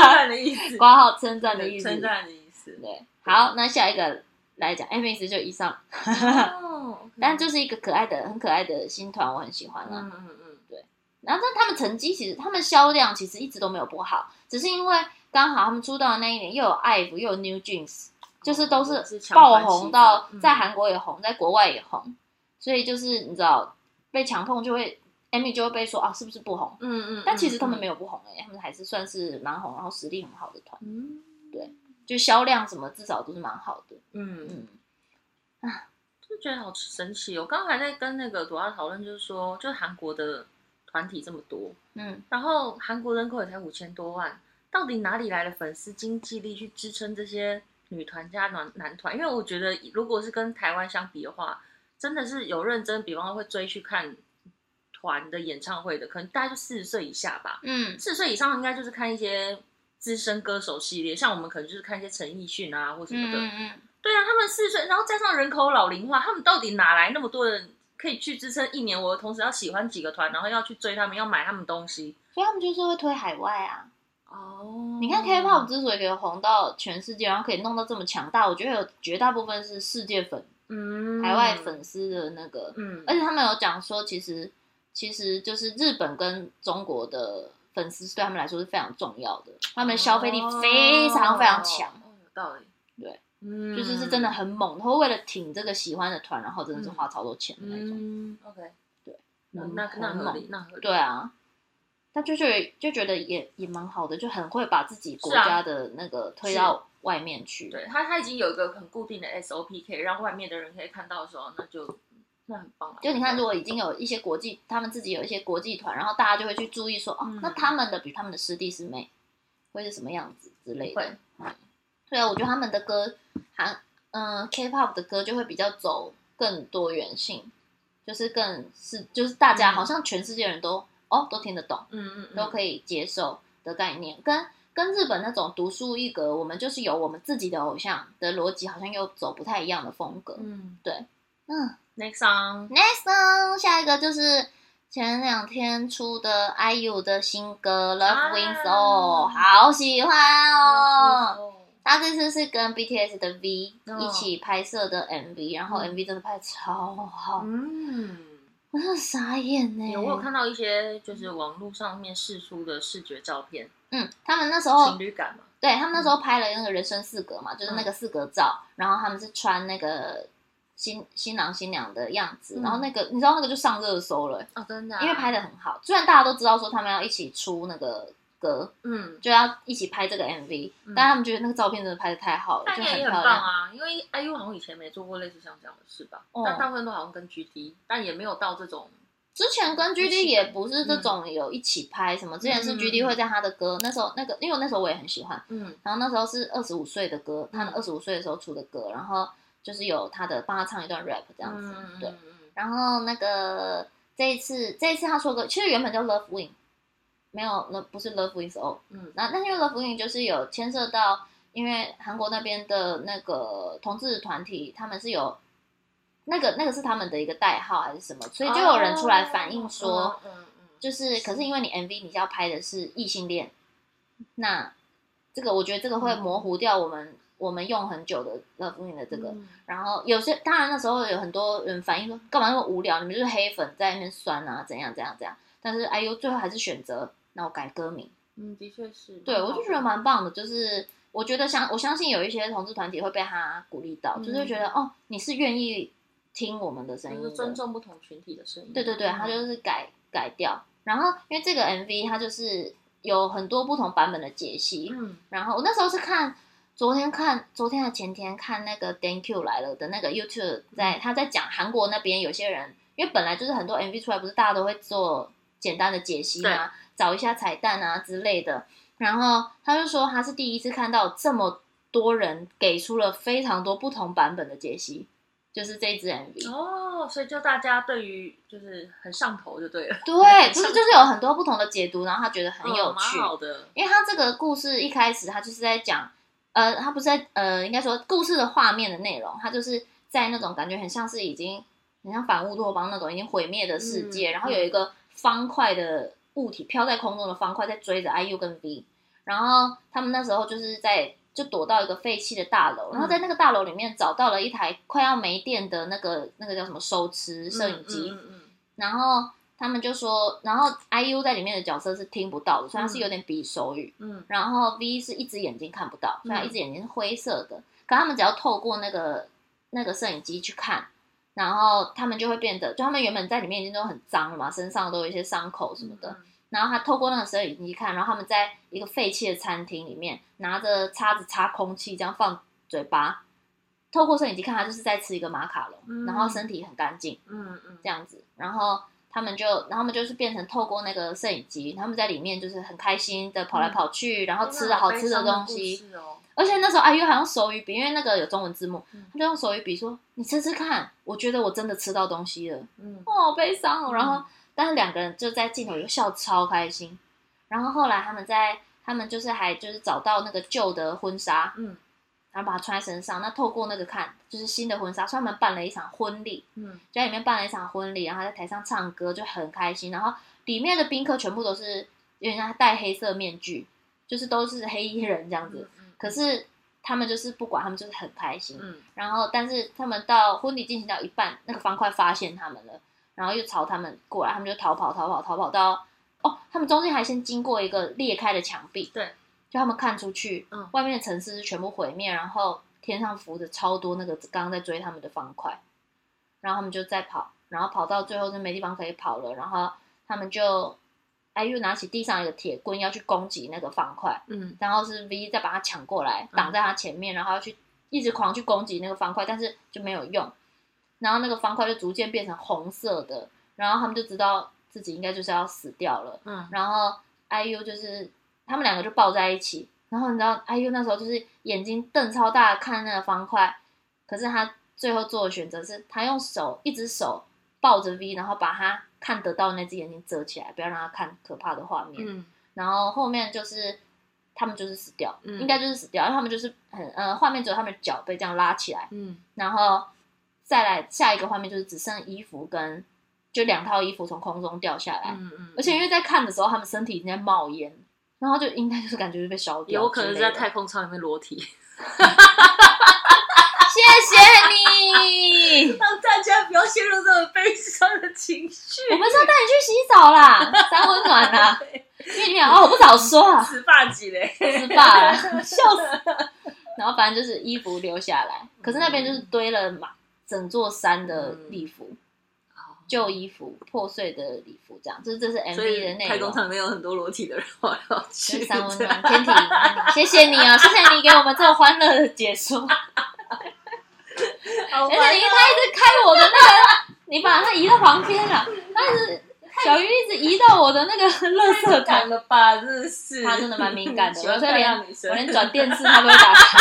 Speaker 2: 赞的意思，
Speaker 1: 挂号称赞的意思。
Speaker 2: 称赞的意 思。
Speaker 1: 对，好，那下一个来讲 m x 就以上，
Speaker 2: 嗯哦，
Speaker 1: 但就是一个可爱的、很可爱的新团，我很喜欢啦、
Speaker 2: 嗯嗯嗯，
Speaker 1: 然后，但他们成绩其实，他们销量其实一直都没有不好，只是因为刚好他们出道的那一年又有 IVE 又有 New Jeans，就是都
Speaker 2: 哦也是
Speaker 1: 是
Speaker 2: 强
Speaker 1: 爆
Speaker 2: 欢
Speaker 1: 红
Speaker 2: 喜
Speaker 1: 到
Speaker 2: 嗯
Speaker 1: 在韩国也红，在国外也红，所以就是你知道被强碰就会 Amy 就会被说啊是不是不红？
Speaker 2: 嗯嗯，
Speaker 1: 但其实他们没
Speaker 2: 有，
Speaker 1: 有不红哎、他们还是算是蛮红，然后实力很好的团，
Speaker 2: 嗯
Speaker 1: 就销量什么至少都是蛮好的。
Speaker 2: 嗯，
Speaker 1: 嗯，
Speaker 2: 就觉得好神奇哦。我刚刚还在跟那个朵拉讨论，就是说，就是韩国的团体这么多，
Speaker 1: 嗯，
Speaker 2: 然后韩国人口也才五千多万，到底哪里来的粉丝经济力去支撑这些女团加男男团？因为我觉得，如果是跟台湾相比的话，真的是有认真，比方说会追去看团的演唱会的，可能大概就四十岁以下吧。
Speaker 1: 嗯，
Speaker 2: 四十岁以上应该就是看一些资深歌手系列，像我们可能就是看一些陈奕迅啊或什么的。
Speaker 1: 嗯嗯
Speaker 2: 对啊，他们四十岁，然后加上人口老龄化，他们到底哪来那么多人可以去支撑一年？我同时要喜欢几个团，然后要去追他们，要买他们东西。
Speaker 1: 所以他们就是会推海外啊。
Speaker 2: 哦
Speaker 1: 你看 K-pop 之所以可以红到全世界，然后可以弄到这么强大，我觉得有绝大部分是世界粉、
Speaker 2: 嗯，
Speaker 1: 海外，粉丝的那个，
Speaker 2: 嗯，
Speaker 1: 而且他们有讲说，其实其实就是日本跟中国的粉丝对他们来说是非常重要的，他们消费力非常非常强，
Speaker 2: 哦，有道理，
Speaker 1: 对，
Speaker 2: 嗯，
Speaker 1: 就是是真的很猛，他会为了挺这个喜欢的团，然后真的是花超多钱的那种，
Speaker 2: 嗯，OK，那
Speaker 1: 嗯
Speaker 2: 那那
Speaker 1: 很
Speaker 2: 合
Speaker 1: 猛，
Speaker 2: 理，那合理，
Speaker 1: 对啊。但就觉得就觉得也也蛮好的，就很会把自己国
Speaker 2: 是啊
Speaker 1: 家的那个推
Speaker 2: 是
Speaker 1: 到外面去。
Speaker 2: 对他他已经有一个很固定的 SOP，可以让外面的人可以看到的时候，那就那很棒了。啊
Speaker 1: 就你看，如果已经有一些国际，他们自己有一些国际团，然后大家就会去注意说，哦
Speaker 2: 嗯，
Speaker 1: 那他们的比他们的师弟师妹会是什么样子之类的
Speaker 2: 会。
Speaker 1: 对啊，我觉得他们的歌，韩嗯、K-pop 的歌就会比较走更多元性，就是更是就是大家
Speaker 2: 嗯
Speaker 1: 好像全世界人都哦都听得懂，
Speaker 2: 嗯嗯嗯，
Speaker 1: 都可以接受的概念，跟跟日本那种独树一格，我们就是有我们自己的偶像的逻辑，好像又走不太一样的风格。
Speaker 2: 嗯
Speaker 1: 嗯，
Speaker 2: ，Next song，
Speaker 1: Next song，下一个就是前两天出的 IU 的新歌《
Speaker 2: 啊
Speaker 1: Love Wins All》，好喜欢哦。
Speaker 2: 哦，
Speaker 1: 他这次是跟 BTS 的 V
Speaker 2: 哦
Speaker 1: 一起拍摄的 MV，然后
Speaker 2: 嗯
Speaker 1: MV 真的拍得超好，
Speaker 2: 嗯。
Speaker 1: 我真的傻眼呢。
Speaker 2: 有我有看到一些就是网络上面试出的视觉照片，
Speaker 1: 嗯，他们那时
Speaker 2: 情
Speaker 1: 候
Speaker 2: 侣嗯感嘛，
Speaker 1: 对他们那时候拍了那个人生四格嘛，就是那个四格照，然后他们是穿那个新新郎新娘的样子，
Speaker 2: 嗯
Speaker 1: 然后那个你知道那个就上热搜了欸、
Speaker 2: 哦，真的、
Speaker 1: 因为拍的很好。虽然大家都知道说他们要一起出那个歌，
Speaker 2: 嗯，
Speaker 1: 就要一起拍这个 MV，、
Speaker 2: 嗯
Speaker 1: 但他们觉得那个照片真的拍的太好了，
Speaker 2: 但
Speaker 1: 就
Speaker 2: 应该也很
Speaker 1: 漂
Speaker 2: 棒
Speaker 1: 亮。
Speaker 2: 啊，因为 IU 好像以前没做过类似像这样的事吧，
Speaker 1: 哦
Speaker 2: 但大部分都好像跟 GD，但也没有到这种，
Speaker 1: 之前跟
Speaker 2: 一
Speaker 1: GD
Speaker 2: 起
Speaker 1: 也不是这种有一起拍什么，之前是
Speaker 2: 嗯
Speaker 1: GD 会在他的歌，那时候那个，因为我那时候我也很喜欢，
Speaker 2: 嗯
Speaker 1: 然后那时候是二十五岁的歌，他
Speaker 2: 嗯
Speaker 1: 二十五岁的时候出的歌，然后就是有他的帮他唱一段 rap 这样子，
Speaker 2: 嗯，
Speaker 1: 对。
Speaker 2: 嗯，嗯
Speaker 1: 然后那个这一次，这一次他说歌，其实原本叫 Love Win，没有，那不是哦 Love Wins All，
Speaker 2: 嗯
Speaker 1: 那那因为 Love Win 就是有牵涉到，因为韩国那边的那个同志团体，他们是有那个那个是他们的一个代号还是什么，所以就有人出来反映说，
Speaker 2: 哦嗯嗯嗯，
Speaker 1: 就是可是因为你 MV 你要拍的是异性恋，那这个我觉得这个会模糊掉我们、我们用很久的 Love Win 的这个。
Speaker 2: 嗯
Speaker 1: 然后有些当然那时候有很多人反映说，干嘛那么无聊？你们就是黑粉在那边酸啊，怎样怎样怎样。但是 IU 最后还是选择，那我改歌名。
Speaker 2: 嗯，的确是，
Speaker 1: 对，我就觉得蛮棒的，就是我觉得相我相信有一些同志团体会被他鼓励到，
Speaker 2: 嗯
Speaker 1: 就是觉得哦，你是愿意听我们的声音
Speaker 2: 就是
Speaker 1: 的，
Speaker 2: 尊重不嗯同群体的声音，
Speaker 1: 对对对，他就是改改掉。然后因为这个 MV 它就是有很多不同版本的解析，
Speaker 2: 嗯
Speaker 1: 然后我那时候是看昨天看昨天还前天看那个 Thank You 来了的那个 YouTube，在
Speaker 2: 嗯
Speaker 1: 他在讲韩国那边有些人，因为本来就是很多 MV 出来，不是大家都会做简单的解析
Speaker 2: 对
Speaker 1: 啊，找一下彩蛋啊之类的。然后他就说他是第一次看到这么多人给出了非常多不同版本的解析，就是这一支 MV。
Speaker 2: 哦，所以就大家对于就是很上头就对了，
Speaker 1: 对，就是就是有很多不同的解读，然后他觉得很有
Speaker 2: 嗯蛮
Speaker 1: 趣，
Speaker 2: 好的。
Speaker 1: 因为他这个故事一开始他就是在讲，呃，他不是在呃，应该说故事的画面的内容，他就是在那种感觉很像是已经很像反乌托邦那种已经毁灭的世界，
Speaker 2: 嗯
Speaker 1: 然后有一个方块的物体飘在空中的方块在追着 IU 跟 V，然后他们那时候就是在就躲到一个废弃的大楼，然后在
Speaker 2: 嗯
Speaker 1: 那个大楼里面找到了一台快要没电的那个那个叫什么手持摄影机，
Speaker 2: 嗯嗯
Speaker 1: 然后他们就说，然后 IU 在里面的角色是听不到的，所以他是有点比手语。
Speaker 2: 嗯
Speaker 1: 然后 V 是一只眼睛看不到，所以他
Speaker 2: 嗯
Speaker 1: 一只眼睛是灰色的。可他们只要透过那个那个摄影机去看，然后他们就会变得，就他们原本在里面已经都很脏了嘛，身上都有一些伤口什么的。
Speaker 2: 嗯
Speaker 1: 然后他透过那个摄影机看，然后他们在一个废弃的餐厅里面拿着叉子插空气，这样放嘴巴。透过摄影机看，他就是在吃一个马卡龙，
Speaker 2: 嗯
Speaker 1: 然后身体很干净。
Speaker 2: 嗯嗯
Speaker 1: 这样子，然后他们就，然后他们就是变成透过那个摄影机，他们在里面就是很开心的跑来跑去，然后吃了好吃嗯的东西，
Speaker 2: 天哪好悲伤的故事哦
Speaker 1: 而且那时候阿 U 还用手语比，因为那个有中文字幕
Speaker 2: 嗯，
Speaker 1: 他就用手语比说：“你吃吃看，我觉得我真的吃到东西了。”
Speaker 2: 嗯
Speaker 1: 哦，好悲伤哦。
Speaker 2: 嗯
Speaker 1: 然后，但是两个人就在镜头里笑超开心。然后后来他们在，他们就是还就是找到那个旧的婚纱，
Speaker 2: 嗯
Speaker 1: 然后把它穿在身上。那透过那个看，就是新的婚纱，所以他们办了一场婚礼。
Speaker 2: 嗯
Speaker 1: 就在里面办了一场婚礼，然后在台上唱歌就很开心。然后里面的宾客全部都是有点像戴黑色面具，就是都是黑衣人这样子。
Speaker 2: 嗯
Speaker 1: 可是他们就是不管，他们就是很开心。
Speaker 2: 嗯
Speaker 1: 然后，但是他们到婚礼进行到一半，那个方块发现他们了，然后又朝他们过来，他们就逃跑，逃跑，逃跑到哦，他们中间还先经过一个裂开的墙壁，
Speaker 2: 对，
Speaker 1: 就他们看出去，
Speaker 2: 嗯
Speaker 1: 外面的城市是全部毁灭，然后天上浮着超多那个刚刚在追他们的方块，然后他们就在跑，然后跑到最后就没地方可以跑了，然后他们就 IU 拿起地上一个铁棍要去攻击那个方块，
Speaker 2: 嗯
Speaker 1: 然后是 V 再把他抢过来，挡在他前面，然后去一直狂去攻击那个方块，但是就没有用。然后那个方块就逐渐变成红色的，然后他们就知道自己应该就是要死掉了。
Speaker 2: 嗯
Speaker 1: 然后 IU 就是他们两个就抱在一起，然后你知道 IU 那时候就是眼睛瞪超大看那个方块，可是他最后做的选择是他用手一只手抱着 V，然后把他看得到的那只眼睛遮起来，不要让他看可怕的画面。
Speaker 2: 嗯
Speaker 1: 然后后面就是他们就是死掉，
Speaker 2: 嗯
Speaker 1: 应该就是死掉，因为他们就是很呃，画面只有他们的脚被这样拉起来，
Speaker 2: 嗯
Speaker 1: 然后再来下一个画面就是只剩衣服跟就两套衣服从空中掉下来，
Speaker 2: 嗯嗯，
Speaker 1: 而且因为在看的时候他们身体已经在冒烟，然后就应该就是感觉是被烧掉之类的，啊
Speaker 2: 有可能是在太空舱里面裸体，
Speaker 1: 谢谢你，
Speaker 2: 让大家不要陷入这种悲伤的情绪。
Speaker 1: 我们是要带你去洗澡啦，三温暖啦，因为你们俩哦，我不早说啊，
Speaker 2: 死霸级嘞，
Speaker 1: 失霸了，笑死。然后反正就是衣服留下来，可是那边就是堆了嘛整座山的
Speaker 2: 嗯
Speaker 1: 礼服、旧衣服、破碎的礼服，这样，就是这是
Speaker 2: 哦所
Speaker 1: MV 的
Speaker 2: 以
Speaker 1: 内
Speaker 2: 太空
Speaker 1: 容。
Speaker 2: 舱里面有很多裸体的人跑来跑
Speaker 1: 就
Speaker 2: 去啊
Speaker 1: 是。三温 暖天体营，谢谢你哦，谢谢你给我们这么欢乐的解 说，
Speaker 2: 好
Speaker 1: 而且
Speaker 2: 烦哦
Speaker 1: 你他一直开我的那个，你把它移到旁边了，但是小鱼一直移到我的那个垃圾
Speaker 2: 太敏
Speaker 1: 桶
Speaker 2: 感，了吧，真的是。
Speaker 1: 他真的蛮敏感的，
Speaker 2: 喜
Speaker 1: 我
Speaker 2: 欢
Speaker 1: 所以
Speaker 2: 漂
Speaker 1: 连
Speaker 2: 亮女生
Speaker 1: 我连转电视他都会打开。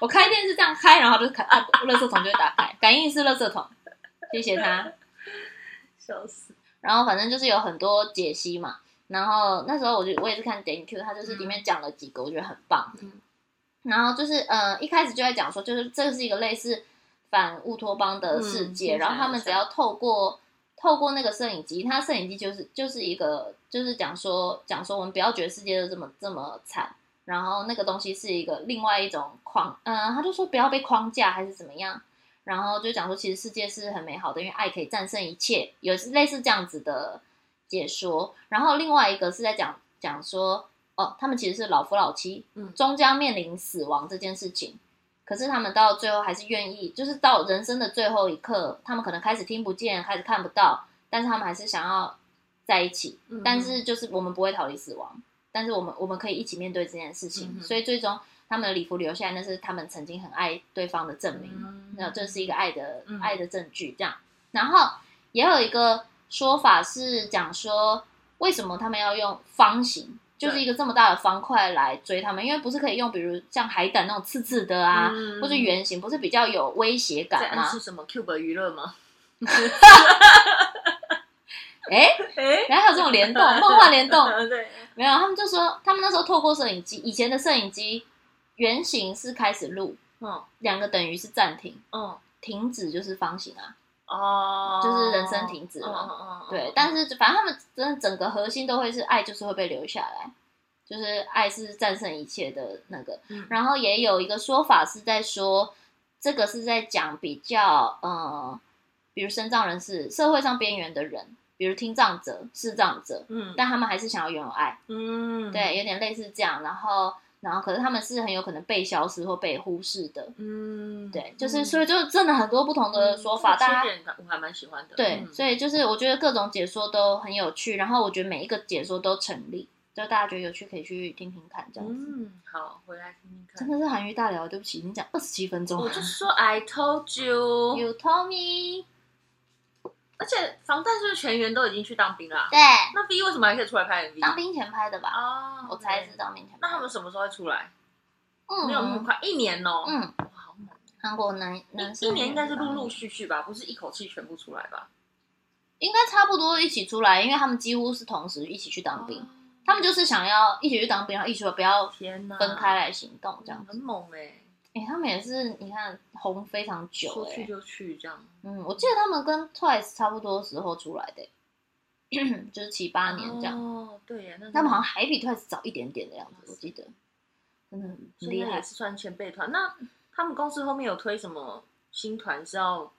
Speaker 1: 我开电视这样开，然后就是开，啊，垃圾桶就会打开，感应式垃圾桶，谢谢他。
Speaker 2: 笑死。
Speaker 1: 然后反正就是有很多解析嘛。然后那时候我就我也是看 Thank You，他就是里面讲了几个，我觉得很棒。
Speaker 2: 嗯
Speaker 1: 然后就是呃一开始就在讲说，就是这是一个类似反乌托邦的世
Speaker 2: 嗯听起
Speaker 1: 界，
Speaker 2: 来
Speaker 1: 然后他们只要透过透过那个摄影机，它摄影机就是就是一个就是讲说讲说我们不要觉得世界都这么这么惨。然后那个东西是一个另外一种框，嗯、他就说不要被框架还是怎么样，然后就讲说，其实世界是很美好的，因为爱可以战胜一切，有类似这样子的解说。然后另外一个是在讲讲说，哦，他们其实是老夫老妻，
Speaker 2: 嗯
Speaker 1: 终将面临死亡这件事情。可是他们到最后还是愿意，就是到人生的最后一刻，他们可能开始听不见，开始看不到，但是他们还是想要在一起。
Speaker 2: 嗯
Speaker 1: 但是就是我们不会逃离死亡，但是我们我们可以一起面对这件事情。
Speaker 2: 嗯哼
Speaker 1: 所以最终他们的礼服留下来，那是他们曾经很爱对方的证明。
Speaker 2: 嗯
Speaker 1: 那这是一个爱的、
Speaker 2: 嗯
Speaker 1: 爱的证据，这样。然后也有一个说法是讲说，为什么他们要用方形？就是一个这么大的方块来追他们，因为不是可以用，比如像海胆那种刺刺的啊，
Speaker 2: 嗯
Speaker 1: 或者圆形，不是比较有威胁
Speaker 2: 在
Speaker 1: 感
Speaker 2: 暗
Speaker 1: 吗？
Speaker 2: 示什么 Cube 娱乐吗？
Speaker 1: 哎，
Speaker 2: 哎，
Speaker 1: 然后还有这种 联动，梦幻联动，
Speaker 2: 啊对，
Speaker 1: 没有，他们就说他们那时候透过摄影机，以前的摄影机圆形是开始录，
Speaker 2: 嗯
Speaker 1: 两个等于是暂停，
Speaker 2: 嗯
Speaker 1: 停止就是方形啊，
Speaker 2: 哦，
Speaker 1: 就是人生停止了。
Speaker 2: 嗯嗯嗯，
Speaker 1: 对，但是反正他们真的整个核心都会是爱，就是会被留下来，就是爱是战胜一切的那个。
Speaker 2: 嗯
Speaker 1: 然后也有一个说法是在说，这个是在讲比较呃，比如身障人士、社会上边缘的人，比如听障者、视障者，
Speaker 2: 嗯
Speaker 1: 但他们还是想要拥有爱。
Speaker 2: 嗯，
Speaker 1: 对，有点类似这样。然后，然后可是他们是很有可能被消失或被忽视的。
Speaker 2: 嗯，
Speaker 1: 对，就是所以就是真的很多不同的说法，
Speaker 2: 嗯这个
Speaker 1: 大
Speaker 2: 缺
Speaker 1: 家
Speaker 2: 点我还蛮喜欢的，
Speaker 1: 对，
Speaker 2: 嗯
Speaker 1: 所以就是我觉得各种解说都很有趣，然后我觉得每一个解说都成立，就大家觉得有趣可以去听听看，这样子。
Speaker 2: 嗯，好，回来听听
Speaker 1: 真
Speaker 2: 看。
Speaker 1: 的是韩愈大聊，对不起，已经讲二十七分钟
Speaker 2: 我
Speaker 1: 了
Speaker 2: 就。说 I told you，
Speaker 1: You told me，
Speaker 2: 而且防弹是不是全员都已经去当兵啦？
Speaker 1: 对，
Speaker 2: 那 V 为什么还可以出来拍 MV？
Speaker 1: 当兵前拍的吧，
Speaker 2: 啊，
Speaker 1: 我猜是。当兵前拍的。
Speaker 2: 那他们什么时候会出来？
Speaker 1: 嗯
Speaker 2: 没有那么快，一年哦。
Speaker 1: 嗯，
Speaker 2: 哇，好猛！
Speaker 1: 韩国男男
Speaker 2: 一
Speaker 1: 生
Speaker 2: 一年应该是陆
Speaker 1: 当
Speaker 2: 陆续续吧，不是一口气全部出来吧？
Speaker 1: 应该差不多一起出来，因为他们几乎是同时一起去当兵。
Speaker 2: 哦
Speaker 1: 他们就是想要一起去当兵，然后一起不要
Speaker 2: 天哪，
Speaker 1: 分开来行动这样
Speaker 2: 很
Speaker 1: 子。
Speaker 2: 猛哎，
Speaker 1: 哎、他们也是，你看红非常久
Speaker 2: 说
Speaker 1: 哎、
Speaker 2: 去就去这样。
Speaker 1: 嗯，我记得他们跟 Twice 差不多时候出来的欸、 就是七八年这样。
Speaker 2: 哦，对耶，那
Speaker 1: 他们好像还比 Twice 早一点点的样
Speaker 2: 哇
Speaker 1: 子，
Speaker 2: 塞
Speaker 1: 我记得。真的很
Speaker 2: 现
Speaker 1: 厉
Speaker 2: 在也
Speaker 1: 害。
Speaker 2: 是算前辈团。那他们公司后面有推什么新团是要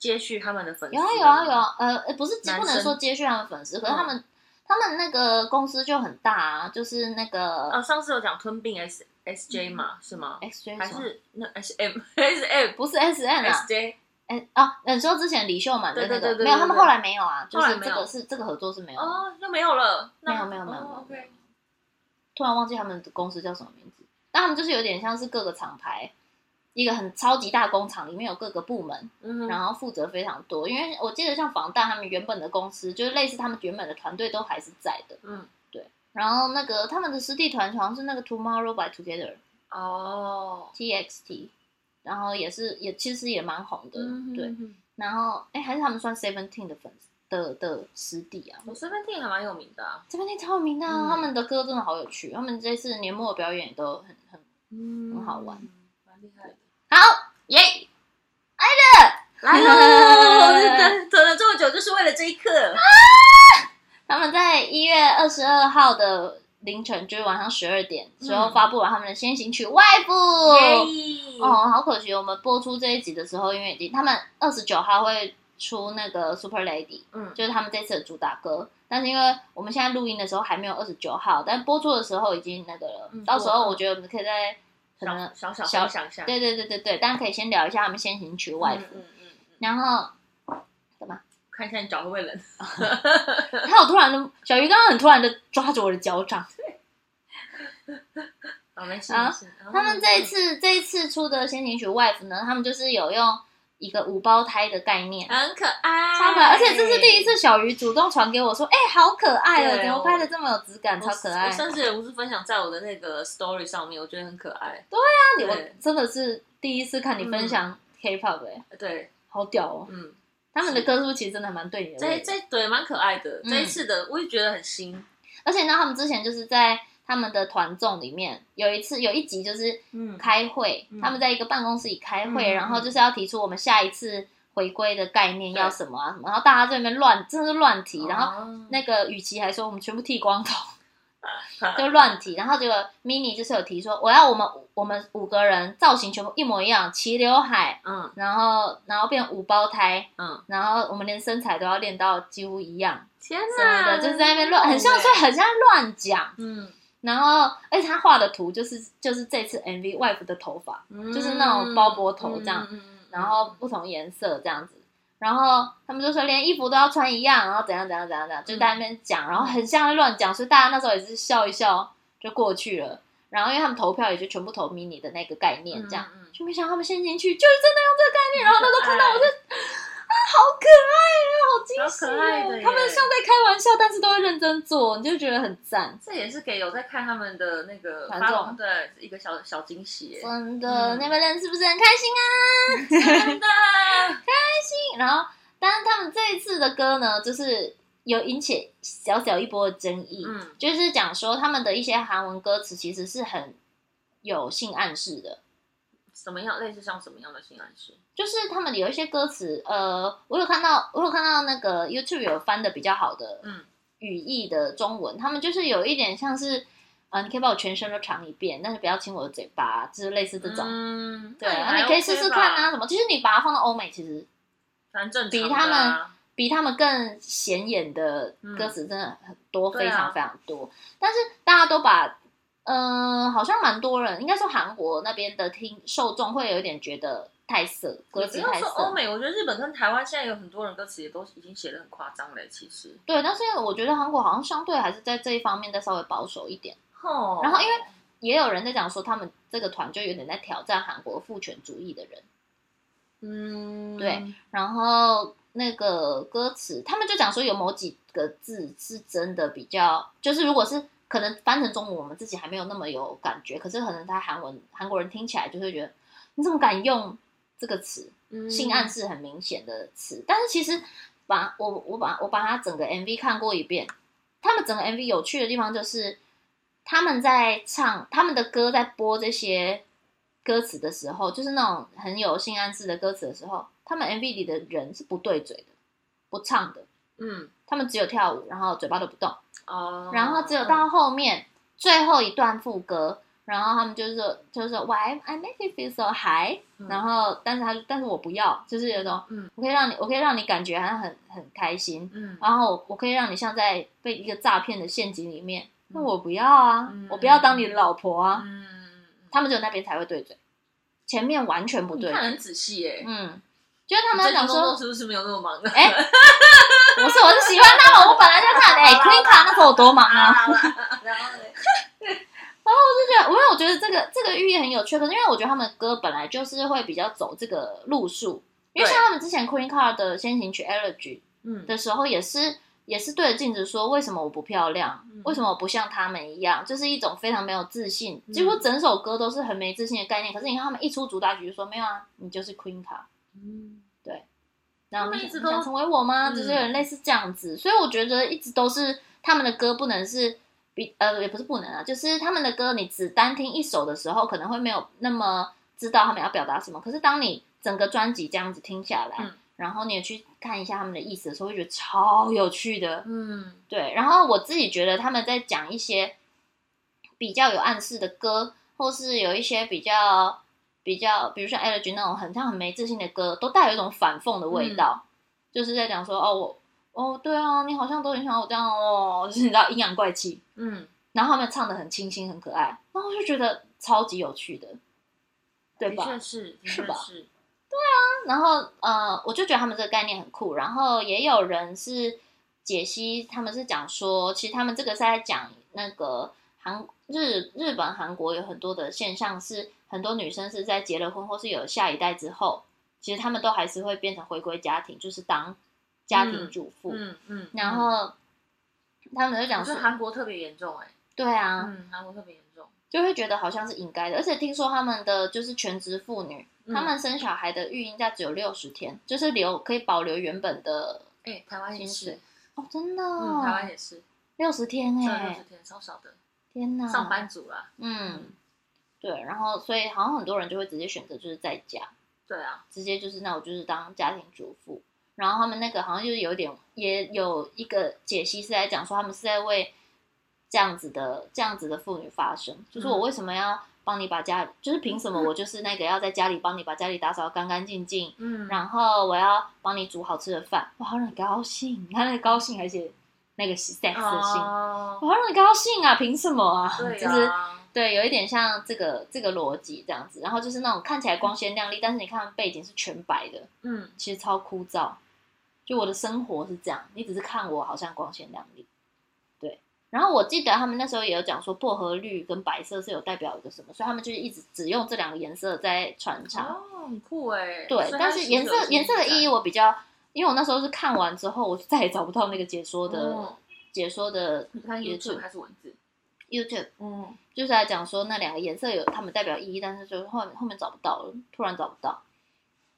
Speaker 2: 接续他们的粉丝
Speaker 1: 有啊
Speaker 2: 的吗？
Speaker 1: 有啊有啊，呃，呃不是
Speaker 2: 男
Speaker 1: 不能
Speaker 2: 生嗯
Speaker 1: 说接续他们粉丝，可是他们、他们那个公司就很大啊，就是那个、
Speaker 2: 啊！上次有讲吞并 S S J 嘛，是吗？
Speaker 1: X J
Speaker 2: 还是那 S M S M
Speaker 1: 不是 S N 啊
Speaker 2: S J？
Speaker 1: 哎啊，你说之前李秀满的那个
Speaker 2: 对对对对
Speaker 1: 没有，他们
Speaker 2: 对对
Speaker 1: 后来没有啊，就
Speaker 2: 后来
Speaker 1: 是
Speaker 2: 没
Speaker 1: 这
Speaker 2: 有
Speaker 1: 个是这个合作是没有的。
Speaker 2: 哦，又没有了。那
Speaker 1: 没有没有没有
Speaker 2: 哦 OK，
Speaker 1: 突然忘记他们的公司叫什么名字，但他们就是有点像是各个厂牌一个很超级大工厂，里面有各个部门，
Speaker 2: 嗯哼，
Speaker 1: 然后负责非常多。因为我记得像防弹他们原本的公司，就是类似他们原本的团队都还是在的。
Speaker 2: 嗯，
Speaker 1: 然后那个他们的实体团好像是那个 Tomorrow by Together
Speaker 2: 哦，
Speaker 1: TXT，然后也是也其实也蛮红的，
Speaker 2: 嗯哼
Speaker 1: 对。
Speaker 2: 嗯哼
Speaker 1: 然后哎，还是他们算 Seventeen 的粉丝的的师弟啊，
Speaker 2: 我身边听还蛮有名的啊，
Speaker 1: 这边那超有名的、啊，
Speaker 2: 嗯
Speaker 1: 他们的歌真的好有趣，他们这次年末表演也都很很
Speaker 2: 嗯
Speaker 1: 很好玩，
Speaker 2: 蛮厉 害的。
Speaker 1: 好耶
Speaker 2: 来 喽，等等了这么久，就是为了这一刻。
Speaker 1: 他们在一月二十二号的凌晨，就是晚上十二点
Speaker 2: 嗯
Speaker 1: 时候发布了他们的先行曲《外部》。
Speaker 2: 耶
Speaker 1: 哦，好可惜，我们播出这一集的时候，因为已经他们二十九号会出那个 Super Lady，
Speaker 2: 嗯
Speaker 1: 就是他们这次的主打歌。但是因为我们现在录音的时候还没有二十九号，但播出的时候已经那个了。
Speaker 2: 嗯
Speaker 1: 到时
Speaker 2: 过
Speaker 1: 候
Speaker 2: 了
Speaker 1: 我觉得我们可以在可能
Speaker 2: 小小
Speaker 1: 小
Speaker 2: 小分享一下，
Speaker 1: 对对对对对，大家可以先聊一下他们先行曲《外
Speaker 2: 嗯
Speaker 1: 部》
Speaker 2: 嗯嗯嗯，
Speaker 1: 然后
Speaker 2: 看一下你脚会不会冷。
Speaker 1: 他有突然的，小鱼刚刚很突然的抓着我的脚掌。
Speaker 2: 啊，没事
Speaker 1: 啊
Speaker 2: 没事。
Speaker 1: 他们这一
Speaker 2: 次
Speaker 1: 次这一次出的先行曲《Wife》呢，他们就是有用一个五胞胎的概念。
Speaker 2: 嗯很可爱，
Speaker 1: 超可爱，而且这是第一次小鱼主动传给我说：“哎、好可爱哦、
Speaker 2: 对
Speaker 1: 怎么
Speaker 2: 我
Speaker 1: 拍的这么有质感，
Speaker 2: 我，
Speaker 1: 超可爱
Speaker 2: 我。甚至也不是分享在我的那个 story 上面，我觉得很可爱。”
Speaker 1: 那你我
Speaker 2: 对嗯
Speaker 1: 真的是第一次看你分享 K-pop 哎、
Speaker 2: 对，
Speaker 1: 好屌哦、
Speaker 2: 嗯，
Speaker 1: 他们的歌是不是其实真的蛮对你的
Speaker 2: 这
Speaker 1: 味
Speaker 2: 一
Speaker 1: 道？
Speaker 2: 这一对蛮可爱的，
Speaker 1: 嗯
Speaker 2: 这一次的我也觉得很新。
Speaker 1: 而且呢，他们之前就是在他们的团综里面有一次有一集就是
Speaker 2: 嗯
Speaker 1: 开会，
Speaker 2: 嗯
Speaker 1: 他们在一个办公室里开会，
Speaker 2: 嗯嗯
Speaker 1: 然后就是要提出我们下一次回归的概念
Speaker 2: 对
Speaker 1: 要什么啊什么，然后大家在那边乱，真的是乱
Speaker 2: 哦
Speaker 1: 提，然后
Speaker 2: 后
Speaker 1: 那个雨琦还说我们全部剃光头， 就乱提，然后结果 mini 就是有提说我要我们我们五个人造型全部一模一样，齐刘海，
Speaker 2: 嗯
Speaker 1: 然后然后变五胞胎，
Speaker 2: 嗯，
Speaker 1: 然后我们连身材都要练到几乎一样
Speaker 2: 天
Speaker 1: 什么
Speaker 2: 哪，
Speaker 1: 的，就是在那边乱，很像，所
Speaker 2: 帅。
Speaker 1: 以很像乱讲。
Speaker 2: 嗯，
Speaker 1: 然后，而且他画的图就是就是这次 MV 外 i 的头发，就是那种包脖头这样
Speaker 2: 嗯，嗯嗯嗯
Speaker 1: 然后不同颜色这样子。然后他们就说连衣服都要穿一样，然后怎样怎样怎样怎样，就在那边讲，然后很像在乱讲，所以大家那时候也是笑一笑就过去了。然后因为他们投票也就全部投 mini 的那个概念这样，
Speaker 2: 嗯嗯嗯
Speaker 1: 就没想到他们先进去就是真的用这个概念。然后那时候看到我就啊，可爱啊，好
Speaker 2: 超可爱
Speaker 1: 惊
Speaker 2: 的
Speaker 1: 喜哦！
Speaker 2: 耶
Speaker 1: 他们像在开玩笑，但是都会认真做，你就觉得很赞。
Speaker 2: 这也是给有在看他们的那个
Speaker 1: 团
Speaker 2: 发
Speaker 1: 综
Speaker 2: 动的一个小小惊喜耶，
Speaker 1: 真的，
Speaker 2: 嗯
Speaker 1: 那边人是不是很开心啊？
Speaker 2: 真的，
Speaker 1: 然后，但是他们这一次的歌呢，就是有引起小小一波的争议，
Speaker 2: 嗯，
Speaker 1: 就是讲说他们的一些韩文歌词其实是很有性暗示的，
Speaker 2: 什么样类似像什么样的性暗示？
Speaker 1: 就是他们有一些歌词，呃，我有看到，我有看到那个 YouTube 有翻的比较好的
Speaker 2: 嗯
Speaker 1: 语义的中文，他们就是有一点像是，呃，你可以把我全身都尝一遍，但是不要亲我的嘴巴，就是类似这种。
Speaker 2: 嗯，
Speaker 1: 对，
Speaker 2: 那
Speaker 1: 然后
Speaker 2: 还
Speaker 1: 你可以试试
Speaker 2: OK 吧
Speaker 1: 看啊，，什么？其实你把它放到欧美，其实
Speaker 2: 蛮正常
Speaker 1: 比
Speaker 2: 的
Speaker 1: 他们
Speaker 2: 啊
Speaker 1: 比他们更显眼的歌词真的很多，
Speaker 2: 嗯对
Speaker 1: 非
Speaker 2: 啊
Speaker 1: 常非常多。但是大家都把，嗯、好像蛮多人，应该说韩国那边的听受众会有点觉得太色，歌
Speaker 2: 也不
Speaker 1: 词
Speaker 2: 要
Speaker 1: 太
Speaker 2: 说欧
Speaker 1: 色。
Speaker 2: 美，我觉得日本跟台湾现在有很多人歌词也都已经写的很夸张嘞，其实。
Speaker 1: 对，但是我觉得韩国好像相对还是在这一方面再稍微保守一点。
Speaker 2: 吼
Speaker 1: 然后因为也有人在讲说，他们这个团就有点在挑战韩国父权主义的人。
Speaker 2: 嗯，
Speaker 1: 对，然后那个歌词，他们就讲说有某几个字是真的比较，就是如果是可能翻成中文，我们自己还没有那么有感觉，可是可能他韩文韩国人听起来就会觉得，你怎么敢用这个词？
Speaker 2: 嗯
Speaker 1: 性暗示很明显的词，但是其实把我我把我把它整个 MV 看过一遍，他们整个 MV 有趣的地方就是他们在唱他们的歌，在播这些歌词的时候，就是那种很有性暗示的歌词的时候，他们 MV 里的人是不对嘴的，不唱的，
Speaker 2: 嗯
Speaker 1: 他们只有跳舞，然后嘴巴都不动。
Speaker 2: 哦，
Speaker 1: 然后只有到后面最后一段副歌，然后他们就是说就是说 Why I make you feel so high，、
Speaker 2: 嗯
Speaker 1: 然后但是他但是我不要，就是有一种
Speaker 2: 嗯
Speaker 1: 我可以让你我可以让你感觉好像很很开心，
Speaker 2: 嗯
Speaker 1: 然后我我可以让你像在被一个诈骗的陷阱里面，那
Speaker 2: 嗯
Speaker 1: 我不要啊，
Speaker 2: 嗯
Speaker 1: 我不要当你的老婆啊，
Speaker 2: 嗯，
Speaker 1: 他们只有那边才会对嘴，前面完全不
Speaker 2: 你
Speaker 1: 对
Speaker 2: 看得
Speaker 1: 嘴
Speaker 2: 很，仔细耶。
Speaker 1: 嗯，就是他们在讲
Speaker 2: 你最近
Speaker 1: 说。
Speaker 2: 工作是不是没有那么忙呢？
Speaker 1: 哎不是，我是喜欢他们，我本来就 看，哎、
Speaker 2: 好啦
Speaker 1: q u e e n 卡那时候我多忙啊，
Speaker 2: 好 啦然后嘞，
Speaker 1: 对，啊因为我觉得这个这个寓意很有趣，可是因为我觉得他们歌本来就是会比较走这个路数，因为
Speaker 2: 对
Speaker 1: 像他们之前 Queen Card 的先行曲《Elegy
Speaker 2: 嗯》，
Speaker 1: 的时候，也是也是对着镜子说，为什么我不漂亮
Speaker 2: 嗯？
Speaker 1: 为什么我不像他们一样？就是一种非常没有自信，
Speaker 2: 嗯
Speaker 1: 几乎整首歌都是很没自信的概念。可是你看他们一出主打曲就说没有啊，你就是 Queen Card，
Speaker 2: 嗯
Speaker 1: 然后
Speaker 2: 他们
Speaker 1: 你
Speaker 2: 一直
Speaker 1: 想
Speaker 2: 都
Speaker 1: 成为我吗？
Speaker 2: 嗯
Speaker 1: 就是有点类似这样子，所以我觉得一直都是他们的歌不能是比呃也不是不能啊，就是他们的歌你只单听一首的时候，可能会没有那么知道他们要表达什么。可是当你整个专辑这样子听下来，
Speaker 2: 嗯
Speaker 1: 然后你也去看一下他们的意思的时候，会觉得超有趣的。
Speaker 2: 嗯
Speaker 1: 对，然后我自己觉得他们在讲一些比较有暗示的歌，或是有一些比较比较，比如像 Elegy 那种很像很没自信的歌，都带有一种反讽的味道，就是在讲说哦我哦对啊，你好像都很想我这样哦，就是你知道阴阳怪气。
Speaker 2: 嗯，
Speaker 1: 然后他们唱的很清新很可爱，然后我就觉得超级有趣的，对
Speaker 2: 的
Speaker 1: 吧？
Speaker 2: 确是，的
Speaker 1: 是
Speaker 2: 确
Speaker 1: 吧
Speaker 2: 是，
Speaker 1: 然后呃，我就觉得他们这个概念很酷。然后也有人是解析，他们是讲说，其实他们这个是在讲那个韩日日本韩国有很多的现象是，很多女生是在结了婚或是有下一代之后，其实他们都还是会变成回归家庭，就是当家庭主妇。
Speaker 2: 嗯嗯，
Speaker 1: 然后、他们就
Speaker 2: 嗯
Speaker 1: 讲
Speaker 2: 我觉
Speaker 1: 说
Speaker 2: 得，韩国特别严重哎，
Speaker 1: 对啊，
Speaker 2: 嗯，韩国特别严重，
Speaker 1: 就会觉得好像是应该的。而且听说他们的就是全职妇女，
Speaker 2: 嗯
Speaker 1: 他们生小孩的育婴假只有六十天，就是留可以保留原本的
Speaker 2: 哎，台湾也
Speaker 1: 薪
Speaker 2: 是
Speaker 1: 水。。哦，真的、
Speaker 2: 嗯，台
Speaker 1: 哦
Speaker 2: 湾，也是，
Speaker 1: 六十、天
Speaker 2: 只有
Speaker 1: 哎、
Speaker 2: 六十天，少少的，
Speaker 1: 天哪！
Speaker 2: 上，班族啦，
Speaker 1: 嗯，对。然后，所以好像很多人就会直接选择就是在家，
Speaker 2: 对啊，
Speaker 1: 直接就是那我就是当家庭主妇。然后他们那个好像就是有点，也有一个解析是在讲说，他们是在为这样子的这样子的妇女发声，
Speaker 2: 嗯
Speaker 1: 就是我为什么要帮你把家，就是凭什么我就是那个要在家里帮你把家里打扫得干干净净，
Speaker 2: 嗯，
Speaker 1: 然后我要帮你煮好吃的饭，我好让你高兴，他那个高兴还写那个 sex 的兴，
Speaker 2: 哦
Speaker 1: 我好让你高兴啊，凭什么啊？
Speaker 2: 对
Speaker 1: 就是
Speaker 2: 啊，
Speaker 1: 对，有一点像这个这个逻辑这样子，然后就是那种看起来光鲜亮丽，但是你看背景是全白的，
Speaker 2: 嗯，
Speaker 1: 其实超枯燥。就我的生活是这样，你只是看我好像光鲜亮丽，对。然后我记得他们那时候也有讲说，薄荷绿跟白色是有代表一个什么，所以他们就是一直只用这两个颜色在穿插。
Speaker 2: 哦，很酷哎，
Speaker 1: 对，但是颜色颜色的意
Speaker 2: 义，
Speaker 1: 义我比较因为我那时候是看完之后，我就再也找不到那个解说的、
Speaker 2: 哦
Speaker 1: 解说的
Speaker 2: 你看 YouTube
Speaker 1: YouTube
Speaker 2: 还是文字？
Speaker 1: YouTube，
Speaker 2: 嗯，
Speaker 1: 就是在讲说那两个颜色有它们代表意义，但是就是后面后面找不到了，突然找不到。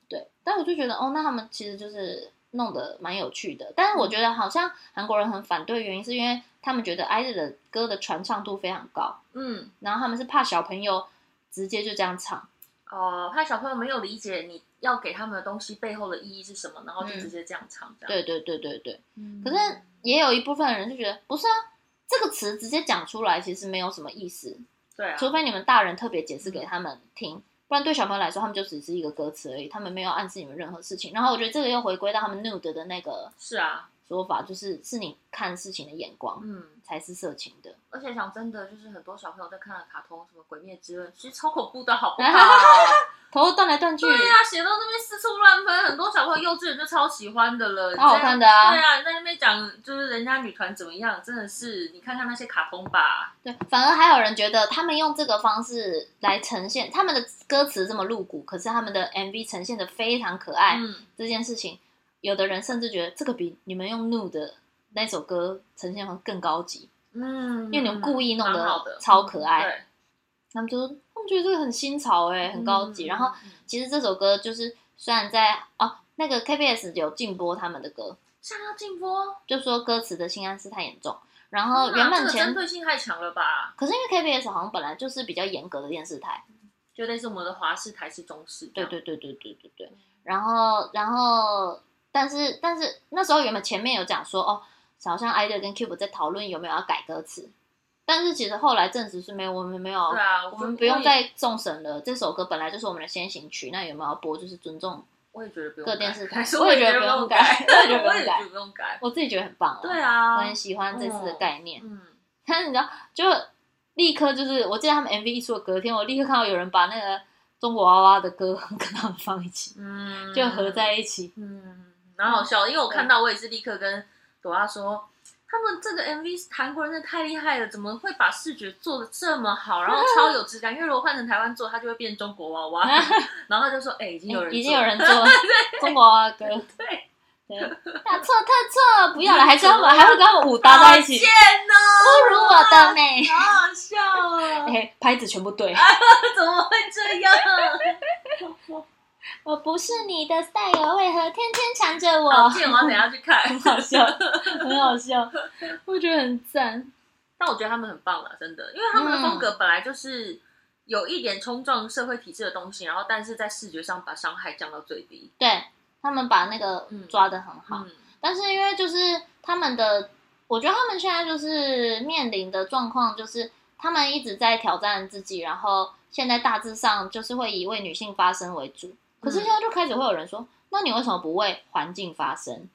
Speaker 1: 对，但我就觉得哦，那他们其实就是弄得蛮有趣的。但是我觉得好像韩国人很反对，原因是因为他们觉得 i d 的歌的传唱度非常高，
Speaker 2: 嗯，
Speaker 1: 然后他们是怕小朋友直接就这样唱。
Speaker 2: 哦，怕小朋友没有理解你要给他们的东西背后的意义是什么，然后就
Speaker 1: 嗯
Speaker 2: 直接这样唱，这样。
Speaker 1: 对对对对对。
Speaker 2: 嗯
Speaker 1: 可是也有一部分人就觉得不是啊，这个词直接讲出来其实没有什么意思，
Speaker 2: 对啊，
Speaker 1: 除非你们大人特别解释给他们听，不然对小朋友来说，他们就只是一个歌词而已，他们没有暗示你们任何事情。然后我觉得这个又回归到他们 nude 的那个
Speaker 2: 是啊，
Speaker 1: 说法，就是是你看事情的眼光
Speaker 2: 嗯，
Speaker 1: 才是色情的。
Speaker 2: 而且讲真的，就是很多小朋友在看的卡通，什么《鬼灭之刃》，其实超恐怖的， 好不好？
Speaker 1: 头断来断去，
Speaker 2: 对啊呀、写到那边四处乱喷，很多小朋友幼稚园就超喜欢的了。
Speaker 1: 蛮好看的啊
Speaker 2: 对啊，你在那边讲就是人家女团怎么样，真的是你看看那些卡通吧。
Speaker 1: 对，反而还有人觉得他们用这个方式来呈现他们的歌词这么露骨，可是他们的 MV 呈现的非常可爱，
Speaker 2: 嗯，
Speaker 1: 这件事情，有的人甚至觉得这个比你们用 Nu 的那首歌呈现方更高级，
Speaker 2: 嗯，
Speaker 1: 因为你们故意弄
Speaker 2: 蛮好
Speaker 1: 得
Speaker 2: 的嗯
Speaker 1: 超可爱。
Speaker 2: 对，
Speaker 1: 他们就说他们觉得这个很新潮哎、很高级。
Speaker 2: 嗯
Speaker 1: 然后
Speaker 2: 嗯
Speaker 1: 其实这首歌就是虽然在哦那个 KBS 有禁播他们的歌，
Speaker 2: 想要禁播，
Speaker 1: 就说歌词的性暗示太严重。然后
Speaker 2: 哇
Speaker 1: 原本
Speaker 2: 这个
Speaker 1: 前、
Speaker 2: 针对性太强了吧？
Speaker 1: 可是因为 KBS 好像本来就是比较严格的电视台，
Speaker 2: 就类似我们的华视、台式、中式这
Speaker 1: 对
Speaker 2: 样，
Speaker 1: 对对对对对对
Speaker 2: 嗯。
Speaker 1: 然后，然后，但是，但是那时候原本前面有讲说，哦，好像 i d 跟 Cube 在讨论有没有要改歌词，但是其实后来证实是没有，我们没有，
Speaker 2: 对啊，
Speaker 1: 我
Speaker 2: 就
Speaker 1: 们不用
Speaker 2: 也
Speaker 1: 再重审了。这首歌本来就是我们的先行曲，那有没有要播就是尊重，
Speaker 2: 我也觉得不用
Speaker 1: 各
Speaker 2: 改
Speaker 1: 电视台
Speaker 2: 还是
Speaker 1: 我
Speaker 2: 我
Speaker 1: 也觉得
Speaker 2: 觉
Speaker 1: 不
Speaker 2: 不
Speaker 1: 用
Speaker 2: 用
Speaker 1: 改 我也觉得不
Speaker 2: 我
Speaker 1: 用
Speaker 2: 也
Speaker 1: 改
Speaker 2: 觉得不用改。
Speaker 1: 我自己觉得很棒、啊，
Speaker 2: 对，啊
Speaker 1: 我，很喜欢这次的概念。
Speaker 2: 嗯，
Speaker 1: 但是你知道，就立刻就是，我记得他们 MV 一出的隔天，我立刻看到有人把那个中国娃娃的歌 跟他们放一起，
Speaker 2: 嗯，
Speaker 1: 就合在一起。
Speaker 2: 嗯，蛮好笑的，因为我看到我也是立刻跟朵拉说，他们这个 MV 韩国人真的太厉害了，怎么会把视觉做的这么好，然后超有质感？因为如果换成台湾做，它就会变中国娃 娃。然后他就说，哎、已经有人、
Speaker 1: 已经有 人做了中国娃娃歌，
Speaker 2: 对
Speaker 1: 对，大错特错，不要了，还跟我 们还会跟我们舞搭在一起，
Speaker 2: 贱
Speaker 1: 侮
Speaker 2: 哦，
Speaker 1: 辱我的美，
Speaker 2: 好好笑 哦，
Speaker 1: 哎，拍子全部对，
Speaker 2: 怎么会 这样？
Speaker 1: 我不是你的 style，为何天天缠着
Speaker 2: 好
Speaker 1: 我？
Speaker 2: 贱，我要等一下去看
Speaker 1: 很。好笑，很好笑， 我觉得很赞，
Speaker 2: 但我觉得他们很棒了，真的，因为他
Speaker 1: 嗯
Speaker 2: 们的风格本来就是有一点冲撞社会体制的东西，然后但是在视觉上把伤害降到最低。
Speaker 1: 对他们把那个
Speaker 2: 嗯
Speaker 1: 抓的很好，
Speaker 2: 嗯，
Speaker 1: 但是因为就是他们的，我觉得他们现在就是面临的状况就是他们一直在挑战自己，然后现在大致上就是会以为女性发声为主。可
Speaker 2: 嗯
Speaker 1: 是现在就开始会有人说，那你为什么不为环境发声？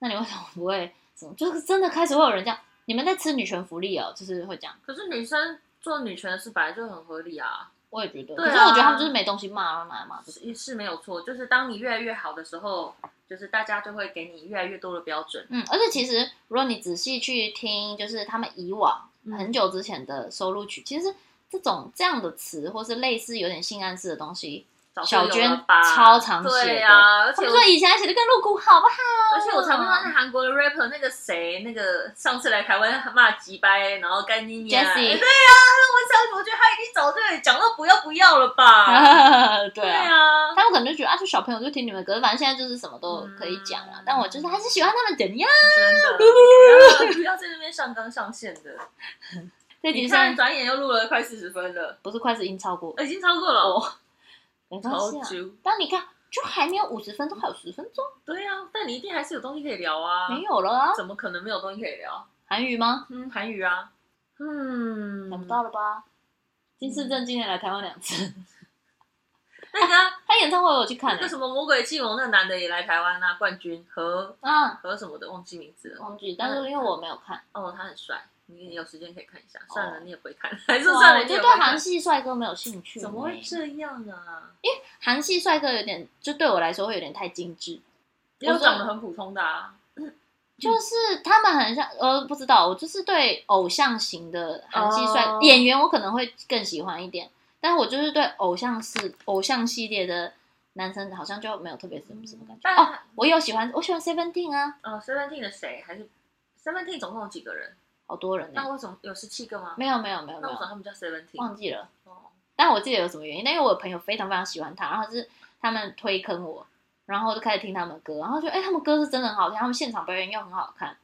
Speaker 1: 那你为什么不为什么？就是真的开始会有人这样，你们在吃女权福利哦，就是会这样。
Speaker 2: 可是女生做女权的事本来就很合理啊，
Speaker 1: 我也觉得，
Speaker 2: 对啊
Speaker 1: 可是我觉得他们就是没东西骂，然后拿来骂自己。
Speaker 2: 是是没有错。就是当你越来越好的时候，就是大家就会给你越来越多的标准。
Speaker 1: 嗯，而且其实如果你仔细去听，就是他们以往
Speaker 2: 嗯
Speaker 1: 很久之前的收录曲，其实这种这样的词，或是类似有点性暗示的东西，
Speaker 2: 早就
Speaker 1: 小
Speaker 2: 有了
Speaker 1: 娟
Speaker 2: 吧
Speaker 1: 超常写
Speaker 2: 对
Speaker 1: 的
Speaker 2: 啊，而
Speaker 1: 他
Speaker 2: 且
Speaker 1: 们
Speaker 2: 我
Speaker 1: 说以前还写的更露骨，好不 好？
Speaker 2: 而且我才不知道那韩国的 rapper 那个谁，那个上次来台湾骂吉掰，然后干妮妮啊
Speaker 1: Jessie
Speaker 2: 哎对啊，我想我觉得他已经早就讲到不要不要了 吧。
Speaker 1: 对啊，
Speaker 2: 啊，
Speaker 1: 他们可能就觉得啊，就小朋友就听你们歌，反正现在就是什么都可以讲啊。
Speaker 2: 嗯
Speaker 1: 但我就是还是喜欢他们怎样。
Speaker 2: 真的不要不要在那边上纲上线的。
Speaker 1: 这
Speaker 2: 你
Speaker 1: 集
Speaker 2: 看，
Speaker 1: 上
Speaker 2: 转眼又录了快四十分了，
Speaker 1: 不是快是音超过，
Speaker 2: 已经超过了。
Speaker 1: 哦没关
Speaker 2: 超
Speaker 1: 系啊。
Speaker 2: 久，
Speaker 1: 但你看，就还没有五十分钟，还有十分钟，
Speaker 2: 对呀、啊，但你一定还是有东西可以聊啊。
Speaker 1: 没有了啊。
Speaker 2: 怎么可能没有东西可以聊？
Speaker 1: 韩语吗？
Speaker 2: 嗯，韩语啊，嗯，
Speaker 1: 想不到了吧？金世正今年来台湾两次，
Speaker 2: 那个啊
Speaker 1: 他演唱会我有去看欸了
Speaker 2: 那个。什么魔鬼计谋那男的也来台湾啊，冠军和
Speaker 1: 啊，
Speaker 2: 和什么的忘记名字了。
Speaker 1: 忘记，但是因为我没有看，
Speaker 2: 哦，他很帅，你有时间可以看一下。
Speaker 1: 哦
Speaker 2: 算了，你也不会看，还是
Speaker 1: 哇
Speaker 2: 算了，
Speaker 1: 我
Speaker 2: 你
Speaker 1: 就
Speaker 2: 也不
Speaker 1: 对
Speaker 2: 会
Speaker 1: 韩嗯
Speaker 2: 看。
Speaker 1: 系帅哥没有兴趣。欸
Speaker 2: 怎么会？这样啊？
Speaker 1: 韩系帅哥有点，就对我来说会有点太精致，
Speaker 2: 也有长得很普通的啊。
Speaker 1: 就是他们很像，呃，不知道，我就是对偶像型的韩系帅、
Speaker 2: 哦
Speaker 1: 演员，我可能会更喜欢一点，但是我就是对偶像式、偶像系列的男生好像就没有特别什么什么感觉。
Speaker 2: 嗯但
Speaker 1: 哦，我有喜欢，我喜欢 Seventeen 啊，
Speaker 2: 哦，Seventeen 的谁还是 Seventeen 总共有几个人？
Speaker 1: 好多人呢、欸
Speaker 2: 那为什么有十七个吗？
Speaker 1: 嗯没有没有没有没
Speaker 2: 那为什
Speaker 1: 有，
Speaker 2: 么他们叫 Seventeen？
Speaker 1: 忘记了。
Speaker 2: 哦，
Speaker 1: 但我记得有什么原因，但因为我有朋友非常非常喜欢他，然后是他们推坑我，然后就开始听他们歌，然后就哎、他们歌是真的很好听，他们现场表演又很好看，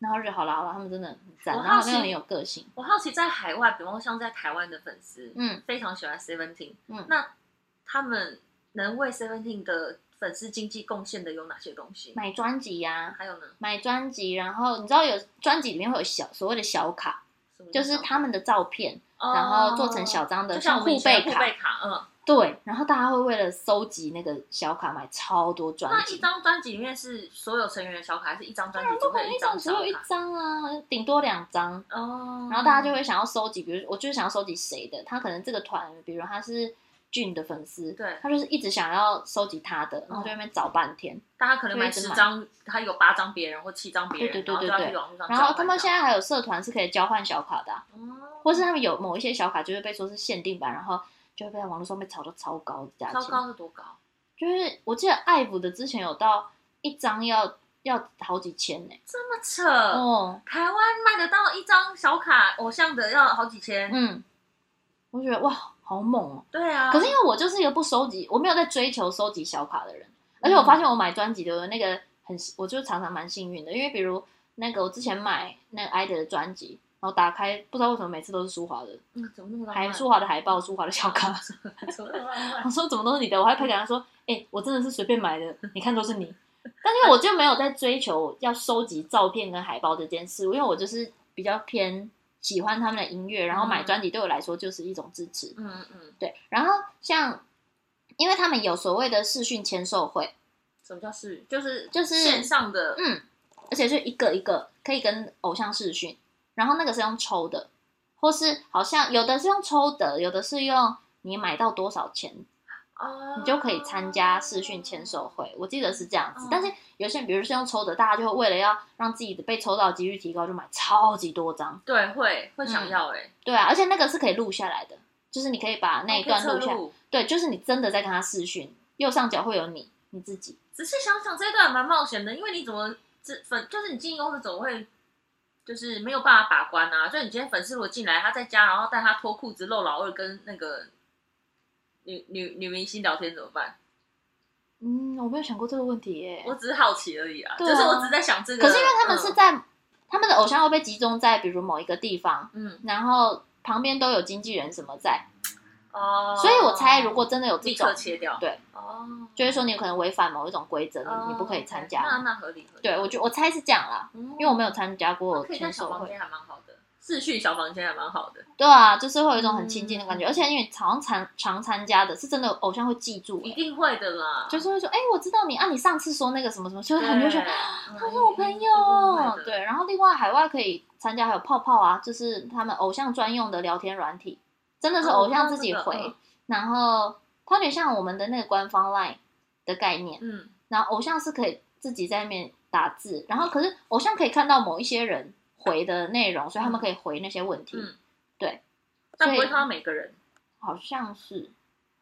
Speaker 1: 然后就好啦好啦，他们真的很赞，
Speaker 2: 我
Speaker 1: 然
Speaker 2: 好
Speaker 1: 后他们又
Speaker 2: 奇
Speaker 1: 很有个性，
Speaker 2: 我好奇在海外，比方像在台湾的粉丝，
Speaker 1: 嗯，
Speaker 2: 非常喜欢 Seventeen，
Speaker 1: 嗯
Speaker 2: 那他们能为 Seventeen 的粉丝经济贡献的有哪些东西？
Speaker 1: 买专辑呀、
Speaker 2: 还有呢？
Speaker 1: 买专辑，然后你知道有专辑里面会有小所谓的小卡，
Speaker 2: 什么
Speaker 1: 就是他们的照片，
Speaker 2: 嗯哦
Speaker 1: 然后做成小张的，
Speaker 2: 就像我们以
Speaker 1: 护
Speaker 2: 前
Speaker 1: 贝
Speaker 2: 的护
Speaker 1: 卡
Speaker 2: 贝，卡，嗯，
Speaker 1: 对，然后大家会为了收集那个小卡买超多专
Speaker 2: 那一
Speaker 1: 辑，
Speaker 2: 张专辑里面是所有成员的小卡，还是一张专辑只
Speaker 1: 不可
Speaker 2: 会有
Speaker 1: 能
Speaker 2: 一
Speaker 1: 啊一
Speaker 2: 张
Speaker 1: 张只
Speaker 2: 小
Speaker 1: 有一
Speaker 2: 卡？
Speaker 1: 张啊，顶多两张，
Speaker 2: 哦，
Speaker 1: 然后大家就会想要收集，比如我就是想要收集谁的，他可能这个团，比如他是俊的粉丝，
Speaker 2: 对
Speaker 1: 他就是一直想要收集他的，然后就在那边找半天。
Speaker 2: 大家可能买十张，他有八张别人或七张别人，
Speaker 1: 对对对对
Speaker 2: 然后就要去网络上
Speaker 1: 然后他们现
Speaker 2: 在，
Speaker 1: 在还有社团是可以交换小卡的啊、
Speaker 2: 哦
Speaker 1: 或是他们有某一些小卡就会被说是限定版，然后就会被网络上面炒到超高的价钱。
Speaker 2: 超高是多
Speaker 1: 嗯
Speaker 2: 高？
Speaker 1: 就是我记得爱普的之前有到一张要要好几千呢、
Speaker 2: 这么扯，
Speaker 1: 哦，
Speaker 2: 台湾卖得到一张小卡偶像的要好几千，
Speaker 1: 嗯，我觉得哇，好猛哦、
Speaker 2: 对啊，
Speaker 1: 可是因为我就是一个不收集，我没有在追求收集小卡的人，而且我发现我买专辑的那个很，我就常常蛮幸运的，因为比如那个我之前买那个 IDA 的专辑，然后打开不知道为什么每次都是舒华的，
Speaker 2: 嗯，怎么那么浪
Speaker 1: 还
Speaker 2: 漫？
Speaker 1: 舒华的嗯海报、舒华的小卡，
Speaker 2: 怎么那么浪漫
Speaker 1: 我说怎么都是你的，我还拍给他说，哎、我真的是随便买的，你看都是 你。但因为我就没有在追求要收集照片跟海报这件事，因为我就是比较偏喜欢他们的音乐，然后买
Speaker 2: 嗯
Speaker 1: 专辑对我来说就是一种支持。
Speaker 2: 嗯嗯，
Speaker 1: 对，然后像，因为他们有所谓的视讯签售会，
Speaker 2: 什么叫是？就是
Speaker 1: 就是
Speaker 2: 线上的，
Speaker 1: 嗯，而且是一个一个可以跟偶像视讯，然后那个是用抽的，或是好像有的是用抽的，有的是用你买到多少钱，
Speaker 2: 哦
Speaker 1: 你就可以参加视讯签售。会，我记得是这样子
Speaker 2: 嗯。
Speaker 1: 但是有些人，比如是用抽的，大家就会为了要让自己的被抽到的几率提高，就买超级多张。
Speaker 2: 对，会会想要哎，
Speaker 1: 对啊，而且那个是可以录下来的，就是你可以把那一段
Speaker 2: 哦可以
Speaker 1: 录
Speaker 2: 侧
Speaker 1: 下，
Speaker 2: 录
Speaker 1: 对，就是你真的在跟他视讯，右上角会有你你自己。
Speaker 2: 仔细想想，这一段蛮冒险的，因为你怎么这粉就是你经营公司怎么会就是没有办法把关啊？就你今天粉丝如果进来，他在家，然后带他脱裤子露老二跟那个女女女明星聊天怎么办？
Speaker 1: 嗯，我没有想过这个问题耶。
Speaker 2: 我只是好奇而已啊，就
Speaker 1: 对啊
Speaker 2: 是我只是在想这个。
Speaker 1: 可是因为他们是
Speaker 2: 嗯
Speaker 1: 在、他们的偶像会被集中在比如某一个地方，
Speaker 2: 嗯
Speaker 1: 然后旁边都有经纪人什么在，
Speaker 2: 哦，
Speaker 1: 所以我猜如果真的有这
Speaker 2: 立
Speaker 1: 种
Speaker 2: 刻，切掉，
Speaker 1: 对
Speaker 2: 哦，
Speaker 1: 就会说你有可能违反某一种规则，你、你不可以参
Speaker 2: 哦，OK，那
Speaker 1: 加。
Speaker 2: 那合理合理。
Speaker 1: 对，我觉我猜是这样啦，
Speaker 2: 嗯，
Speaker 1: 因为我没有参加过
Speaker 2: 可以
Speaker 1: 签
Speaker 2: 在小
Speaker 1: 售
Speaker 2: 房
Speaker 1: 会。
Speaker 2: 间还蛮好的，视讯小房间还蛮好的。
Speaker 1: 对啊，就是会有一种很亲近的
Speaker 2: 嗯
Speaker 1: 感觉，而且因为常常常参加的，是真的偶像会记住
Speaker 2: 一
Speaker 1: 欸、
Speaker 2: 定会的啦，
Speaker 1: 就是会说，哎、我知道你啊，你上次说那个什么什么，就是
Speaker 2: 对嗯
Speaker 1: 很优秀，
Speaker 2: 他
Speaker 1: 他是我朋友哦，，对。然后另外海外可以参加还有泡泡啊，就是他们偶像专用的聊天软体，真的是偶像自己
Speaker 2: 哦我
Speaker 1: 回，
Speaker 2: 知道这个嗯
Speaker 1: 然后它有点像我们的那个官方 LINE 的概念，
Speaker 2: 嗯，
Speaker 1: 然后偶像是可以自己在那边打字，然后可是偶像可以看到某一些人回的内容，所以他们可以回那些问题，
Speaker 2: 嗯
Speaker 1: 对，
Speaker 2: 但不
Speaker 1: 所
Speaker 2: 会
Speaker 1: 以
Speaker 2: 看到每个人。
Speaker 1: 好像是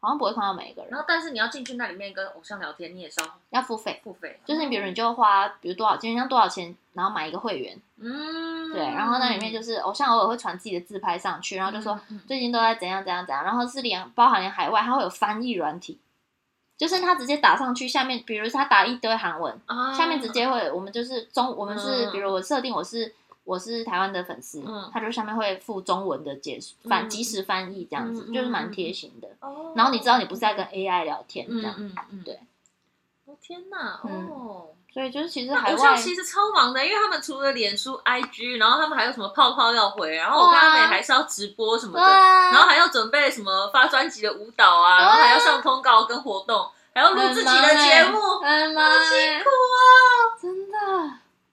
Speaker 1: 好像不会看到每一个
Speaker 2: 然
Speaker 1: 人，
Speaker 2: 后，但是你要进去那里面跟偶像聊天，你也是要
Speaker 1: 要付费。
Speaker 2: 付费。
Speaker 1: 就是你，比如你就花，比如多少，今天像多少钱，然后买一个会员，
Speaker 2: 嗯，，
Speaker 1: 对，然后那里面就是是偶像偶尔会传自己的自拍上去，然后就说
Speaker 2: 嗯，嗯
Speaker 1: 最近都在怎样怎样怎样，然后是连包含连海外，它会有翻译软体，就是他直接打上去，下面比如他打一堆韩文，
Speaker 2: 啊
Speaker 1: 嗯下面直，接会我们就是中我们是
Speaker 2: 嗯
Speaker 1: 比如我设定我是我是台湾的粉丝
Speaker 2: 嗯，
Speaker 1: 他就下面会附中文的解
Speaker 2: 嗯
Speaker 1: 翻即时翻译这样
Speaker 2: 嗯嗯
Speaker 1: 子，
Speaker 2: 嗯
Speaker 1: 就是蛮贴心的。
Speaker 2: 哦
Speaker 1: 然后你知道你不是在跟 AI 聊天这
Speaker 2: 嗯
Speaker 1: 样，
Speaker 2: 嗯嗯，
Speaker 1: 对。
Speaker 2: 哦天哪，
Speaker 1: 嗯
Speaker 2: 哦。
Speaker 1: 所以就是其实
Speaker 2: 那
Speaker 1: 海
Speaker 2: 偶像
Speaker 1: 外
Speaker 2: 其实超忙的，因为他们除了脸书、IG，然后他们还有什么泡泡要回，然后我跟他们也还是要直播什么
Speaker 1: 对
Speaker 2: 的，
Speaker 1: 啊，
Speaker 2: 哦然后还要准备什么发专辑的舞蹈啊，
Speaker 1: 对啊欸
Speaker 2: 然后还要上通告跟活动，还要录自己的节目，
Speaker 1: 很忙
Speaker 2: 好
Speaker 1: 欸
Speaker 2: 辛苦啊！
Speaker 1: 真的，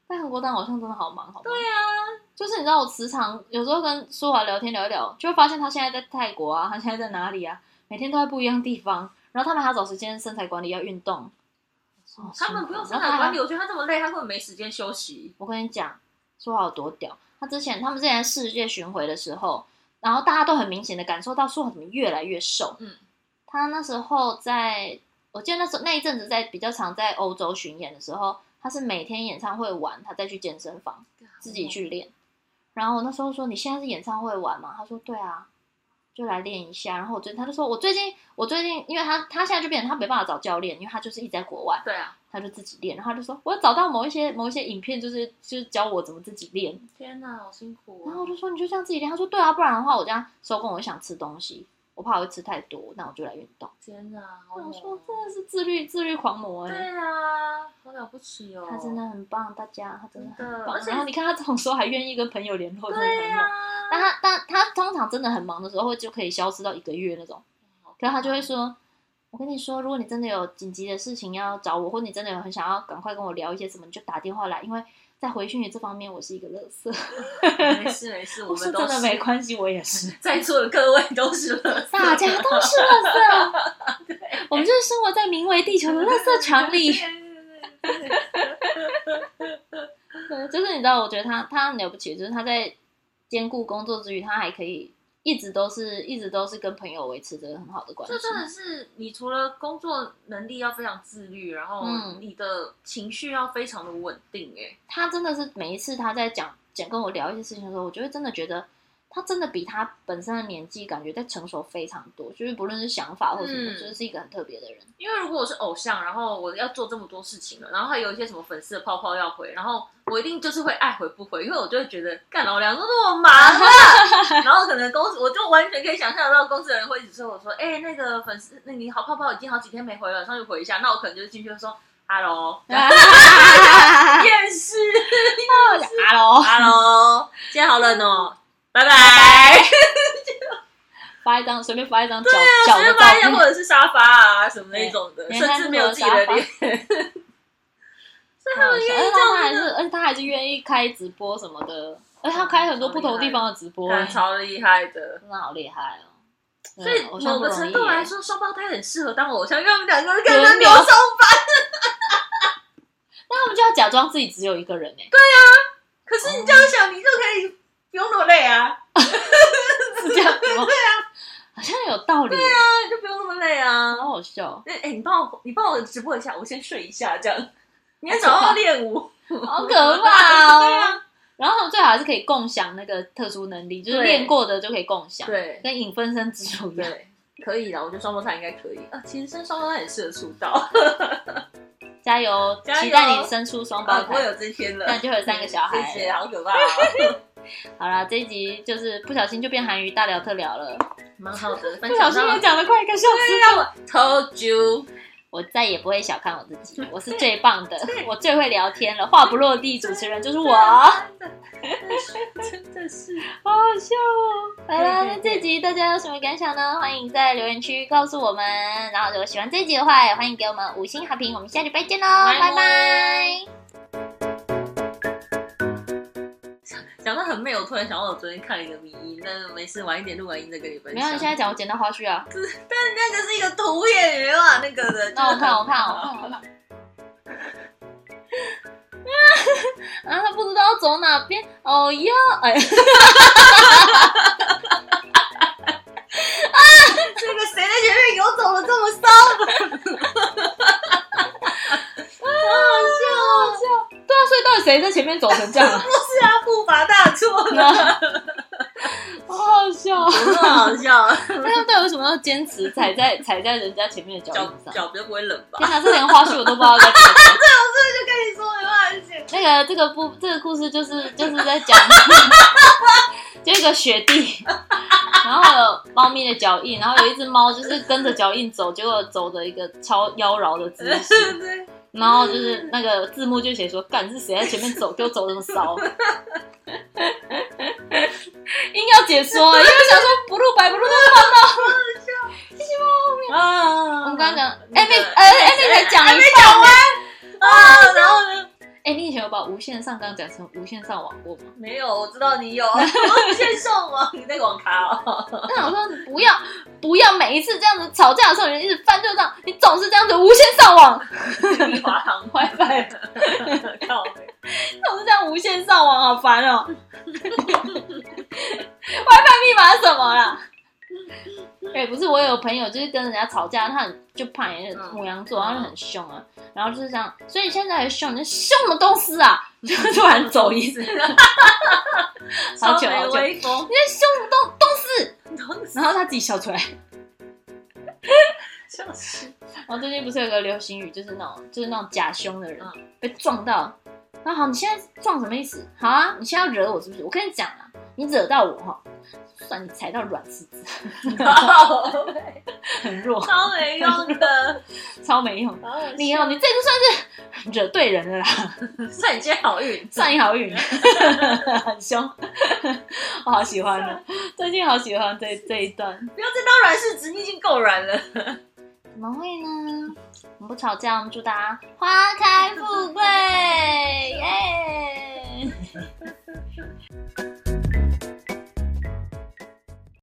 Speaker 1: 在韩国当偶像真的好忙，好忙。
Speaker 2: 对啊，
Speaker 1: 就是你知道，我时常有时候跟舒华聊天聊一聊，就会发现他现在在泰国啊，他现在在哪里啊，每天都在不一样地方。然后他们还要找时间身材管理，要运动。好辛
Speaker 2: 他
Speaker 1: 苦
Speaker 2: 们不用哦身材
Speaker 1: 然后他
Speaker 2: 管理，我觉得他这么累，他根本没时间休息。
Speaker 1: 我跟你讲，舒华有多屌。他之前他们之前世界巡回的时候，然后大家都很明显的感受到舒华怎么越来越瘦。
Speaker 2: 嗯，
Speaker 1: 他那时候在我记得那时候那一阵子在比较常在欧洲巡演的时候，他是每天演唱会完，他再去健身房自己去练。然后我那时候说：“你现在是演唱会完吗？”他说：“对啊，就来练一下。”然后我最他就说：“我最近我最近，因为他他现在就变成他没办法找教练，因为他就是一直在国外，
Speaker 2: 对啊，
Speaker 1: 他就自己练。然后他就说：我找到某一些某一些影片，就是就是教我怎么自己练。
Speaker 2: 天哪，好辛苦
Speaker 1: 然后我
Speaker 2: 哦。
Speaker 1: 就说你就这样自己练。他说对啊，不然的话我这样收工我就想吃东西，我怕我会吃太多，那我就来运动。
Speaker 2: 天哪，好
Speaker 1: 我
Speaker 2: 猛
Speaker 1: 说
Speaker 2: 哦
Speaker 1: 真的是自律自律狂魔哎、
Speaker 2: 对啊，好了不起哦。
Speaker 1: 他真的很棒，大家他真的很
Speaker 2: 真的
Speaker 1: 棒。
Speaker 2: 嗯而且
Speaker 1: 然后你看他这种时候还愿意跟朋友联络，真的
Speaker 2: 对
Speaker 1: 很
Speaker 2: 啊呀
Speaker 1: 猛。，但他但他通常真的很忙的时候，就可以消失到一个月那种。可是他就会说：“我跟你说，如果你真的有紧急的事情要找我，或者你真的有很想要赶快跟我聊一些什么，你就打电话来，因为在回讯息这方面我是一个乐色。
Speaker 2: 没事 没事，”哦我
Speaker 1: 我说：“
Speaker 2: 们
Speaker 1: 真
Speaker 2: 都
Speaker 1: 的
Speaker 2: 是
Speaker 1: 没关系，我也是。”
Speaker 2: 在座的各位都是乐色
Speaker 1: 大家都是 垃圾，哦我们就是生活在名为地球的垃圾场 里。
Speaker 2: 对对对
Speaker 1: 对，就是你知道，我觉得他他很了不起，就是他在兼顾工作之余，他还可以一直都是一直都是跟朋友维持着很好的关系
Speaker 2: 这。真的是，你除了工作能力要非常自律，然后
Speaker 1: 嗯
Speaker 2: 你的情绪要非常的稳定、哎、
Speaker 1: 他真的是每一次他在讲讲跟我聊一些事情的时候，我就会真的觉得他真的比他本身的年纪感觉在成熟非常多，就是不论是想法或什么，
Speaker 2: 嗯
Speaker 1: 就是一个很特别的 人。
Speaker 2: 因为如果我是偶像，然后我要做这么多事情了，然后还有一些什么粉丝的泡泡要回，然后我一定就是会爱回不回，因为我就会觉得干老娘都那么 忙了，然后可能公司我就完全可以想象到公司的人会一直说我说，哎、那个粉丝，那你好泡泡已经好几天没回了，上去回一下，那我可能就进去说，hello，
Speaker 1: 哈
Speaker 2: 厌世
Speaker 1: 喽，
Speaker 2: ，hello，今天好冷哦，拜拜。
Speaker 1: 发一张随便发一张脚脚
Speaker 2: 直接
Speaker 1: 的照
Speaker 2: 发啊现
Speaker 1: 片
Speaker 2: 或。者是沙发啊什么那种的，
Speaker 1: 对
Speaker 2: 甚至没有自己的脸。
Speaker 1: 他们
Speaker 2: 愿意
Speaker 1: 而且
Speaker 2: 这样
Speaker 1: 他还
Speaker 2: 子啊
Speaker 1: 是，而且他还是愿意开直播什么的，而且他开很多不同地方的直播、欸，
Speaker 2: 看超厉害的。
Speaker 1: 真的好厉害哦。
Speaker 2: 所以
Speaker 1: 对偶像
Speaker 2: 某
Speaker 1: 不
Speaker 2: 个
Speaker 1: 容
Speaker 2: 程
Speaker 1: 易
Speaker 2: 度来
Speaker 1: 欸，
Speaker 2: 说，双胞胎很适合当偶像，因为他们两个人可能
Speaker 1: 轮
Speaker 2: 流
Speaker 1: 流
Speaker 2: 手吧。
Speaker 1: 那他们就要假装自己只有一个人哎、
Speaker 2: 可是你这样想，你就可以不用那么累啊，
Speaker 1: 是这样子吗？对 啊，好像有道理欸，
Speaker 2: 那你就不用那么累啊。
Speaker 1: 好好笑，
Speaker 2: 那哎，你帮我，你帮我直播一下，我先睡一下，这样。你还找我练舞，
Speaker 1: 好可怕哦。
Speaker 2: 对啊，
Speaker 1: 然后他们最好还是可以共享那个特殊能力，就是
Speaker 2: 对
Speaker 1: 练过的就可以共享，
Speaker 2: 对
Speaker 1: 跟影分身之术一样。
Speaker 2: 对，可以啦，我觉得双胞胎应该可以啊。其实生双胞胎很适合出道，
Speaker 1: 加油，
Speaker 2: 加油
Speaker 1: 期待你生出双胞
Speaker 2: 不会
Speaker 1: 胎。
Speaker 2: 有这天了。
Speaker 1: 那就会有三个小孩
Speaker 2: 谢谢，好可 怕、哦，
Speaker 1: 好啦，这一集就是不小心就变韩语大聊特聊了，
Speaker 2: 蛮好的。
Speaker 1: 不小心啊也讲了快一个小时。
Speaker 2: 让我 told you，
Speaker 1: 我再也不会小看我自己，我是最棒的，我最会聊天了，话不落地，主持人就是我，好
Speaker 2: 真的是
Speaker 1: 好笑哦！好啦，
Speaker 2: 对
Speaker 1: 那
Speaker 2: 对对
Speaker 1: 这集大家有什么感想呢？欢迎在留言区告诉我们。然后如果喜欢这一集的话，也欢迎给我们五星好评。我们下礼拜见喽，
Speaker 2: 拜拜
Speaker 1: 拜拜。
Speaker 2: 讲到很媚，我突然想到我昨天看了一个迷音，但是没事，晚一点录完音再跟你分
Speaker 1: 没有，
Speaker 2: 享。
Speaker 1: 你现在讲我剪到花絮啊？
Speaker 2: 那个是一个图片，你没办啊法那个的。
Speaker 1: 那我看， 我看，我
Speaker 2: 看。
Speaker 1: 看，我看。啊，他不知道要走哪边，哦哟，哎，
Speaker 2: 这个谁在前面游走的这么骚？
Speaker 1: 好笑，好笑。对啊，所以到底谁在前面走成这样啊？
Speaker 2: 是啊，步伐大错了，
Speaker 1: 好好笑。
Speaker 2: 很好笑。
Speaker 1: 但他们到底为什么要坚持踩在踩在人家前面的脚
Speaker 2: 脚
Speaker 1: 印上？
Speaker 2: 脚比较不会冷吧？
Speaker 1: 天哪，这连花絮我都不知道在讲什么。
Speaker 2: 就跟你说没办法剪。
Speaker 1: 那个这个不这个故事就是就是在讲， 就一个雪地，然后还有猫咪的脚印，然后有一只猫就是跟着脚印走，结果走的一个超妖娆的姿势，
Speaker 2: 对，
Speaker 1: 然后就是那个字幕就写说，干是谁在前面走，给我走这么骚。硬要解说、因为我想说不录白不录都放到，谢谢猫。
Speaker 2: 啊，
Speaker 1: 我们刚刚讲
Speaker 2: 那
Speaker 1: 艾
Speaker 2: 个
Speaker 1: 米，呃，艾米才讲一半呢。
Speaker 2: 啊，然后呢？
Speaker 1: 哎，你以前有把无线上纲讲成无线上网过吗？
Speaker 2: 没有，我知道你 有，我先送网，你在网咖哦。
Speaker 1: 那想说你不要不要，每一次这样子吵架的时候，你就一直翻旧账，你总是这样子无线上网，
Speaker 2: 你华航 WiFi，靠北
Speaker 1: 总是这样无线上网，好烦哦。WiFi 密码是什么啦？对，不是我有朋友就是跟人家吵架，他很就怕人家
Speaker 2: 嗯
Speaker 1: 母羊座，然后就很凶啊，然后就是这样，所以现在很凶，你凶什么东西啊？ 就突然走 一次，好
Speaker 2: 超
Speaker 1: 久好
Speaker 2: 没
Speaker 1: 久，
Speaker 2: 威风，
Speaker 1: 你在凶什么东东西？
Speaker 2: 同时
Speaker 1: 然后他自己笑出来。
Speaker 2: 像是
Speaker 1: 然后最近不是有个流行语，就是那种就是那种假凶的人、
Speaker 2: 嗯
Speaker 1: 被撞到，那好，你现在撞什么意思？好啊，你现在要惹我是不是？我跟你讲啊，你惹到我哈，算你踩到软柿子，很弱，
Speaker 2: 超没用 的，
Speaker 1: 超没用。你哦，你这次算是惹对人了啦，
Speaker 2: 算你今天好运，
Speaker 1: 算你好运， 很凶， 我好喜欢啊，最近好喜欢这这一段，
Speaker 2: 不要再当软柿子，你已经够软了。
Speaker 1: 怎么会呢？我们不吵架，我们祝大家花开富贵，耶、